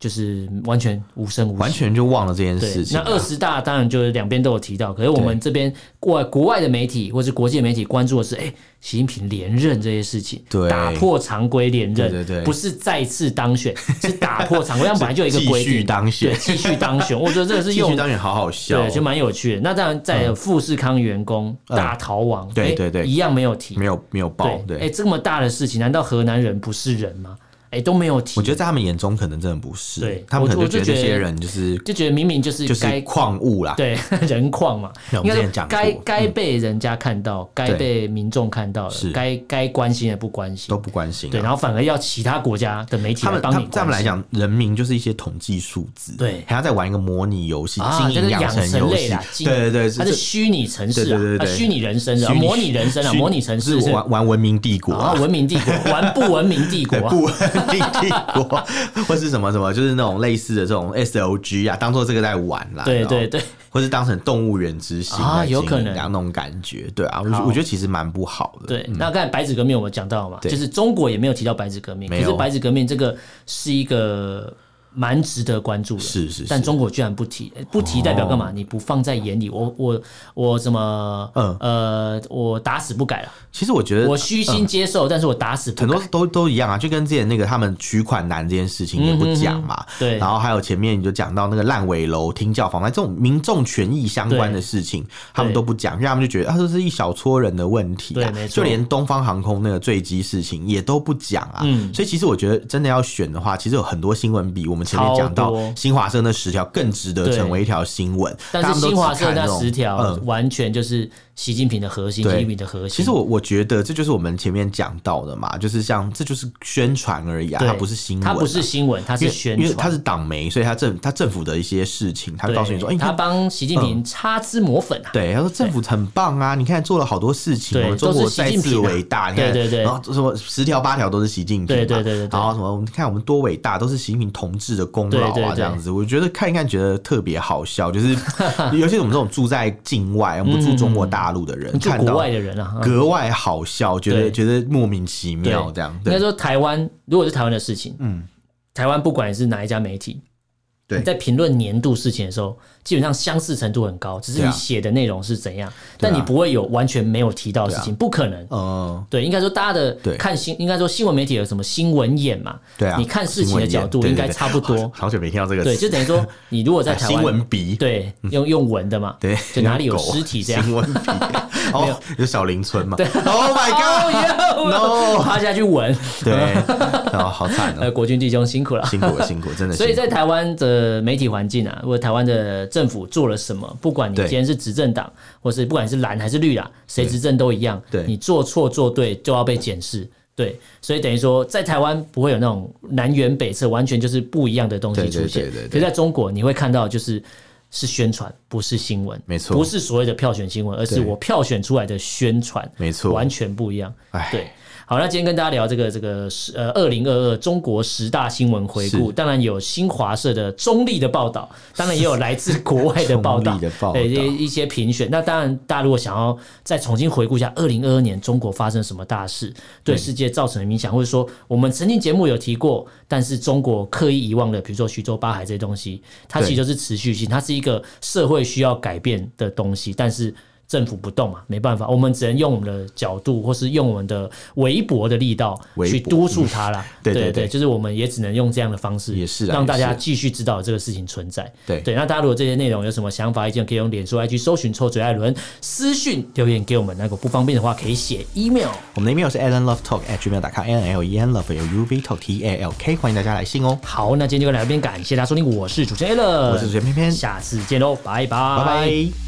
[SPEAKER 2] 就是完全无声无息。
[SPEAKER 1] 完全就忘了这件
[SPEAKER 2] 对
[SPEAKER 1] 事，情
[SPEAKER 2] 那
[SPEAKER 1] 啊、
[SPEAKER 2] 二十大当然就是两边都有提到，可是我们这边国外国外的媒体或是国际媒体关注的是，哎、习近平连任这些事情，
[SPEAKER 1] 对
[SPEAKER 2] 打破常规连任，
[SPEAKER 1] 对对对
[SPEAKER 2] 不是再次当选，是打破常规，他们本来就有一个规
[SPEAKER 1] 继续
[SPEAKER 2] 定，
[SPEAKER 1] 当选
[SPEAKER 2] 对，继续当选，我觉得这个是
[SPEAKER 1] 继续
[SPEAKER 2] 用。
[SPEAKER 1] 当然好好笑
[SPEAKER 2] 对，
[SPEAKER 1] 哦、
[SPEAKER 2] 就蛮有趣的。那当然，在有富士康员工、
[SPEAKER 1] 嗯
[SPEAKER 2] 大逃亡，
[SPEAKER 1] 对
[SPEAKER 2] 哎
[SPEAKER 1] 对对
[SPEAKER 2] 一样没有提，
[SPEAKER 1] 没有没有报对。
[SPEAKER 2] 对，哎，这么大的事情，难道河南人不是人吗？哎，都没有提，
[SPEAKER 1] 我觉得在他们眼中，可能真的不是，
[SPEAKER 2] 对
[SPEAKER 1] 他们可
[SPEAKER 2] 我
[SPEAKER 1] 能
[SPEAKER 2] 就
[SPEAKER 1] 就觉得
[SPEAKER 2] 我就
[SPEAKER 1] 这
[SPEAKER 2] 觉
[SPEAKER 1] 些
[SPEAKER 2] 得
[SPEAKER 1] 人就是
[SPEAKER 2] 就觉得明明就是
[SPEAKER 1] 就是
[SPEAKER 2] 该
[SPEAKER 1] 矿物啦，
[SPEAKER 2] 对 [laughs] 人况嘛，
[SPEAKER 1] 那我
[SPEAKER 2] 应
[SPEAKER 1] 们
[SPEAKER 2] 该
[SPEAKER 1] 之前
[SPEAKER 2] 说
[SPEAKER 1] 讲过
[SPEAKER 2] 该
[SPEAKER 1] 嗯
[SPEAKER 2] 该被人家看到，该被民众看到了
[SPEAKER 1] 是，
[SPEAKER 2] 该该关心的不关心
[SPEAKER 1] 都，不关心、啊。
[SPEAKER 2] 对，然后反而要其他国家的媒体
[SPEAKER 1] 他
[SPEAKER 2] 来
[SPEAKER 1] 们
[SPEAKER 2] 帮
[SPEAKER 1] 他
[SPEAKER 2] 你
[SPEAKER 1] 们在他们来
[SPEAKER 2] 关心。
[SPEAKER 1] 讲，人民就是一些统计数字，
[SPEAKER 2] 对
[SPEAKER 1] 还要再玩一个模拟游戏，
[SPEAKER 2] 啊
[SPEAKER 1] 经
[SPEAKER 2] 这
[SPEAKER 1] 营
[SPEAKER 2] 是
[SPEAKER 1] 养
[SPEAKER 2] 养
[SPEAKER 1] 成
[SPEAKER 2] 成
[SPEAKER 1] 游
[SPEAKER 2] 类
[SPEAKER 1] 戏
[SPEAKER 2] 啦，经营
[SPEAKER 1] 对对对，
[SPEAKER 2] 它是虚拟城
[SPEAKER 1] 对
[SPEAKER 2] 市
[SPEAKER 1] 对
[SPEAKER 2] 啊，
[SPEAKER 1] 对
[SPEAKER 2] 啊
[SPEAKER 1] 对
[SPEAKER 2] 虚拟人生的，啊
[SPEAKER 1] 虚拟
[SPEAKER 2] 模拟人生啊，
[SPEAKER 1] 虚拟
[SPEAKER 2] 模拟城市
[SPEAKER 1] 是玩玩文明帝国
[SPEAKER 2] 啊，
[SPEAKER 1] [laughs]
[SPEAKER 2] 文明帝国玩不文明帝国
[SPEAKER 1] 对，
[SPEAKER 2] 啊，
[SPEAKER 1] [laughs] 不文明帝国， [laughs] 或是什么什么，就是那种类似的这种 S O G 啊，当做这个在玩啦。
[SPEAKER 2] 对
[SPEAKER 1] 然后
[SPEAKER 2] 对对，
[SPEAKER 1] 或是当成动物园之行
[SPEAKER 2] 啊
[SPEAKER 1] 来经
[SPEAKER 2] 有可
[SPEAKER 1] 营
[SPEAKER 2] 能
[SPEAKER 1] 那种感觉，对啊，我
[SPEAKER 2] 好
[SPEAKER 1] 觉我觉得其实蛮不好的。
[SPEAKER 2] 对，那刚才白纸革命我们讲到了嘛，
[SPEAKER 1] 嗯对
[SPEAKER 2] 就是中国也没有提到白纸革命，可
[SPEAKER 1] 没有
[SPEAKER 2] 是白纸革命这个是一个蛮值得关注的，
[SPEAKER 1] 是哦是是
[SPEAKER 2] 但中国居然不提，诶不提代表干嘛？你不放在眼里，我我我怎么
[SPEAKER 1] 嗯
[SPEAKER 2] 呃，我打死不改了，
[SPEAKER 1] 其实我觉得
[SPEAKER 2] 我虚心接受，但是我打死不
[SPEAKER 1] 嗯很
[SPEAKER 2] 改。
[SPEAKER 1] 多都都一样啊，就跟之前那个他们取款难这件事情
[SPEAKER 2] 嗯
[SPEAKER 1] 也不讲嘛、
[SPEAKER 2] 对
[SPEAKER 1] 然后还有前面你就讲到那个烂尾楼、听教房贷这种民众权益相关的事情，他们都不讲，因为他们就觉得啊，这是一小撮人的问题啊
[SPEAKER 2] 对没。错
[SPEAKER 1] 就连东方航空那个坠机事情也都不讲啊、
[SPEAKER 2] 嗯
[SPEAKER 1] 所以其实我觉得真的要选的话，其实有很多新闻比我们前面讲
[SPEAKER 2] 超
[SPEAKER 1] 到
[SPEAKER 2] 多
[SPEAKER 1] 新华社那十条更值得
[SPEAKER 2] 对
[SPEAKER 1] 成为一条新闻。
[SPEAKER 2] 但
[SPEAKER 1] 大家
[SPEAKER 2] 是
[SPEAKER 1] 都
[SPEAKER 2] 新
[SPEAKER 1] 只
[SPEAKER 2] 华社
[SPEAKER 1] 看
[SPEAKER 2] 那
[SPEAKER 1] 种
[SPEAKER 2] 十条
[SPEAKER 1] 嗯
[SPEAKER 2] 完全就是习近平的核心，
[SPEAKER 1] 对
[SPEAKER 2] 习近平的核心。
[SPEAKER 1] 其实我我觉得这就是我们前面讲到的嘛，就是像这就是宣传而已啊，
[SPEAKER 2] 对
[SPEAKER 1] 它不是新闻、啊，
[SPEAKER 2] 它不是新闻，它
[SPEAKER 1] 因
[SPEAKER 2] 是
[SPEAKER 1] 为
[SPEAKER 2] 宣
[SPEAKER 1] 因为
[SPEAKER 2] 传，
[SPEAKER 1] 它是党媒，所以它政它政府的一些事情，它会
[SPEAKER 2] 对
[SPEAKER 1] 告诉你说，哎、你
[SPEAKER 2] 他
[SPEAKER 1] 看，嗯
[SPEAKER 2] 帮习近平擦脂抹粉啊。
[SPEAKER 1] 对，他说政府很棒啊，你看做了好多事情，
[SPEAKER 2] 对
[SPEAKER 1] 我们中国
[SPEAKER 2] 都是
[SPEAKER 1] 再
[SPEAKER 2] 习近
[SPEAKER 1] 次
[SPEAKER 2] 平啊
[SPEAKER 1] 伟大，你看，
[SPEAKER 2] 对对对
[SPEAKER 1] 然后什么十条八条都是习近平嘛，
[SPEAKER 2] 对对对对对
[SPEAKER 1] 然后什么，我们看我们多伟大，都是习近平同志的功
[SPEAKER 2] 对
[SPEAKER 1] 劳啊，
[SPEAKER 2] 对对
[SPEAKER 1] 这样子，我觉得看一看觉得特别好笑，
[SPEAKER 2] [laughs]
[SPEAKER 1] 就是尤其是我们这种住在境外，我们不住中国大陆的人，
[SPEAKER 2] 就
[SPEAKER 1] 看
[SPEAKER 2] 国
[SPEAKER 1] 到
[SPEAKER 2] 外的人啊，啊
[SPEAKER 1] 格外好笑，觉得
[SPEAKER 2] 对
[SPEAKER 1] 觉得莫名其
[SPEAKER 2] 对
[SPEAKER 1] 妙这样。
[SPEAKER 2] 应该
[SPEAKER 1] 对，
[SPEAKER 2] 说台湾，如果是台湾的事情，嗯，台湾不管是哪一家媒体，
[SPEAKER 1] 对
[SPEAKER 2] 你在评论年度事情的时候，基本上相似程度很高，只是
[SPEAKER 1] 对啊
[SPEAKER 2] 你写的内容是怎样，
[SPEAKER 1] 对啊
[SPEAKER 2] 但你不会有完全没有提到的事情，不可能。
[SPEAKER 1] 嗯，
[SPEAKER 2] 对，应该说大家的
[SPEAKER 1] 对
[SPEAKER 2] 看新，应该说新闻媒体有什么新闻眼嘛？
[SPEAKER 1] 对啊，
[SPEAKER 2] 你看事情的角度
[SPEAKER 1] 新闻眼对
[SPEAKER 2] 应该
[SPEAKER 1] 对对
[SPEAKER 2] 差不多
[SPEAKER 1] 好。 [laughs] 好久没听到这个词，
[SPEAKER 2] 对，就等于说你如果在
[SPEAKER 1] 哎
[SPEAKER 2] 台湾
[SPEAKER 1] [laughs] 新闻鼻，
[SPEAKER 2] 对用用闻的嘛，
[SPEAKER 1] [laughs] 对，
[SPEAKER 2] 就哪里有
[SPEAKER 1] 狗啊
[SPEAKER 2] 尸体这样。
[SPEAKER 1] 新
[SPEAKER 2] [laughs]
[SPEAKER 1] 闻鼻，哦，有小林村嘛，Oh my
[SPEAKER 2] 哦
[SPEAKER 1] God，
[SPEAKER 2] 哟
[SPEAKER 1] No
[SPEAKER 2] [laughs] 趴下去闻。
[SPEAKER 1] 对，哦，好惨
[SPEAKER 2] 呃， [laughs]
[SPEAKER 1] 哦，
[SPEAKER 2] 国军弟兄辛苦了。
[SPEAKER 1] 辛苦了，辛苦，真的辛苦，
[SPEAKER 2] 所以在台湾的媒体环境啊，或者台湾的政府做了什么，不管你
[SPEAKER 1] 对
[SPEAKER 2] 今天是执政党，或是不管是蓝还是绿啊，谁执政都一样。
[SPEAKER 1] 对
[SPEAKER 2] 你做错做对就要被检视。对，所以等于说，在台湾不会有那种南辕北辙，完全就是不一样的东西
[SPEAKER 1] 对对
[SPEAKER 2] 出现。
[SPEAKER 1] 对对对
[SPEAKER 2] 可是在中国，你会看到就是是宣传，不是新闻，
[SPEAKER 1] 没错
[SPEAKER 2] 不是所谓的票选新闻，而是
[SPEAKER 1] 对
[SPEAKER 2] 我票选出来的宣传，
[SPEAKER 1] 没错
[SPEAKER 2] 完全不一样。
[SPEAKER 1] 哎
[SPEAKER 2] 对，好，那今天跟大家聊这个这个十呃二零二二中国十大新闻回顾，
[SPEAKER 1] 是
[SPEAKER 2] 当然有新华社的中立的报道，当然也有来自国外的报
[SPEAKER 1] 中
[SPEAKER 2] 道
[SPEAKER 1] 立的报，道
[SPEAKER 2] 对一一些评选。那当然，大家如果想要再重新回顾一下二零二二年中国发生什么大事，对世界造成的影响，或者说我们曾经节目有提过，但是中国刻意遗忘的，比如说徐州八海这些东西，它其实
[SPEAKER 1] 对
[SPEAKER 2] 就是持续性，它是一个社会需要改变的东西，但是。政府不动嘛，没办法，我们只能用我们的角度，或是用我们的微薄的力道
[SPEAKER 1] 微
[SPEAKER 2] 去
[SPEAKER 1] 薄嗯
[SPEAKER 2] 督促它啦。
[SPEAKER 1] 对
[SPEAKER 2] 对
[SPEAKER 1] 对对
[SPEAKER 2] 就是我们也只能用这样的方式，
[SPEAKER 1] 也是啊
[SPEAKER 2] 让大
[SPEAKER 1] 也
[SPEAKER 2] 家
[SPEAKER 1] 是啊
[SPEAKER 2] 继续知道这个事情存在。
[SPEAKER 1] 对
[SPEAKER 2] 对，那大家如果这些内容有什么想法、意见，可以用脸书 IG 搜寻“臭嘴艾伦”私讯留言给我们。那如果不方便的话，可以写 email。
[SPEAKER 1] 我们的 email 是 alanlovetalk at gmail com a n l e n love l u v talk t a l k，欢迎大家来信哦。
[SPEAKER 2] 好，那今天就跟大家聊到这边，感谢大家收听，我是主持人 a l
[SPEAKER 1] 我是主持人偏偏
[SPEAKER 2] 下次见喽，拜拜，
[SPEAKER 1] 拜拜。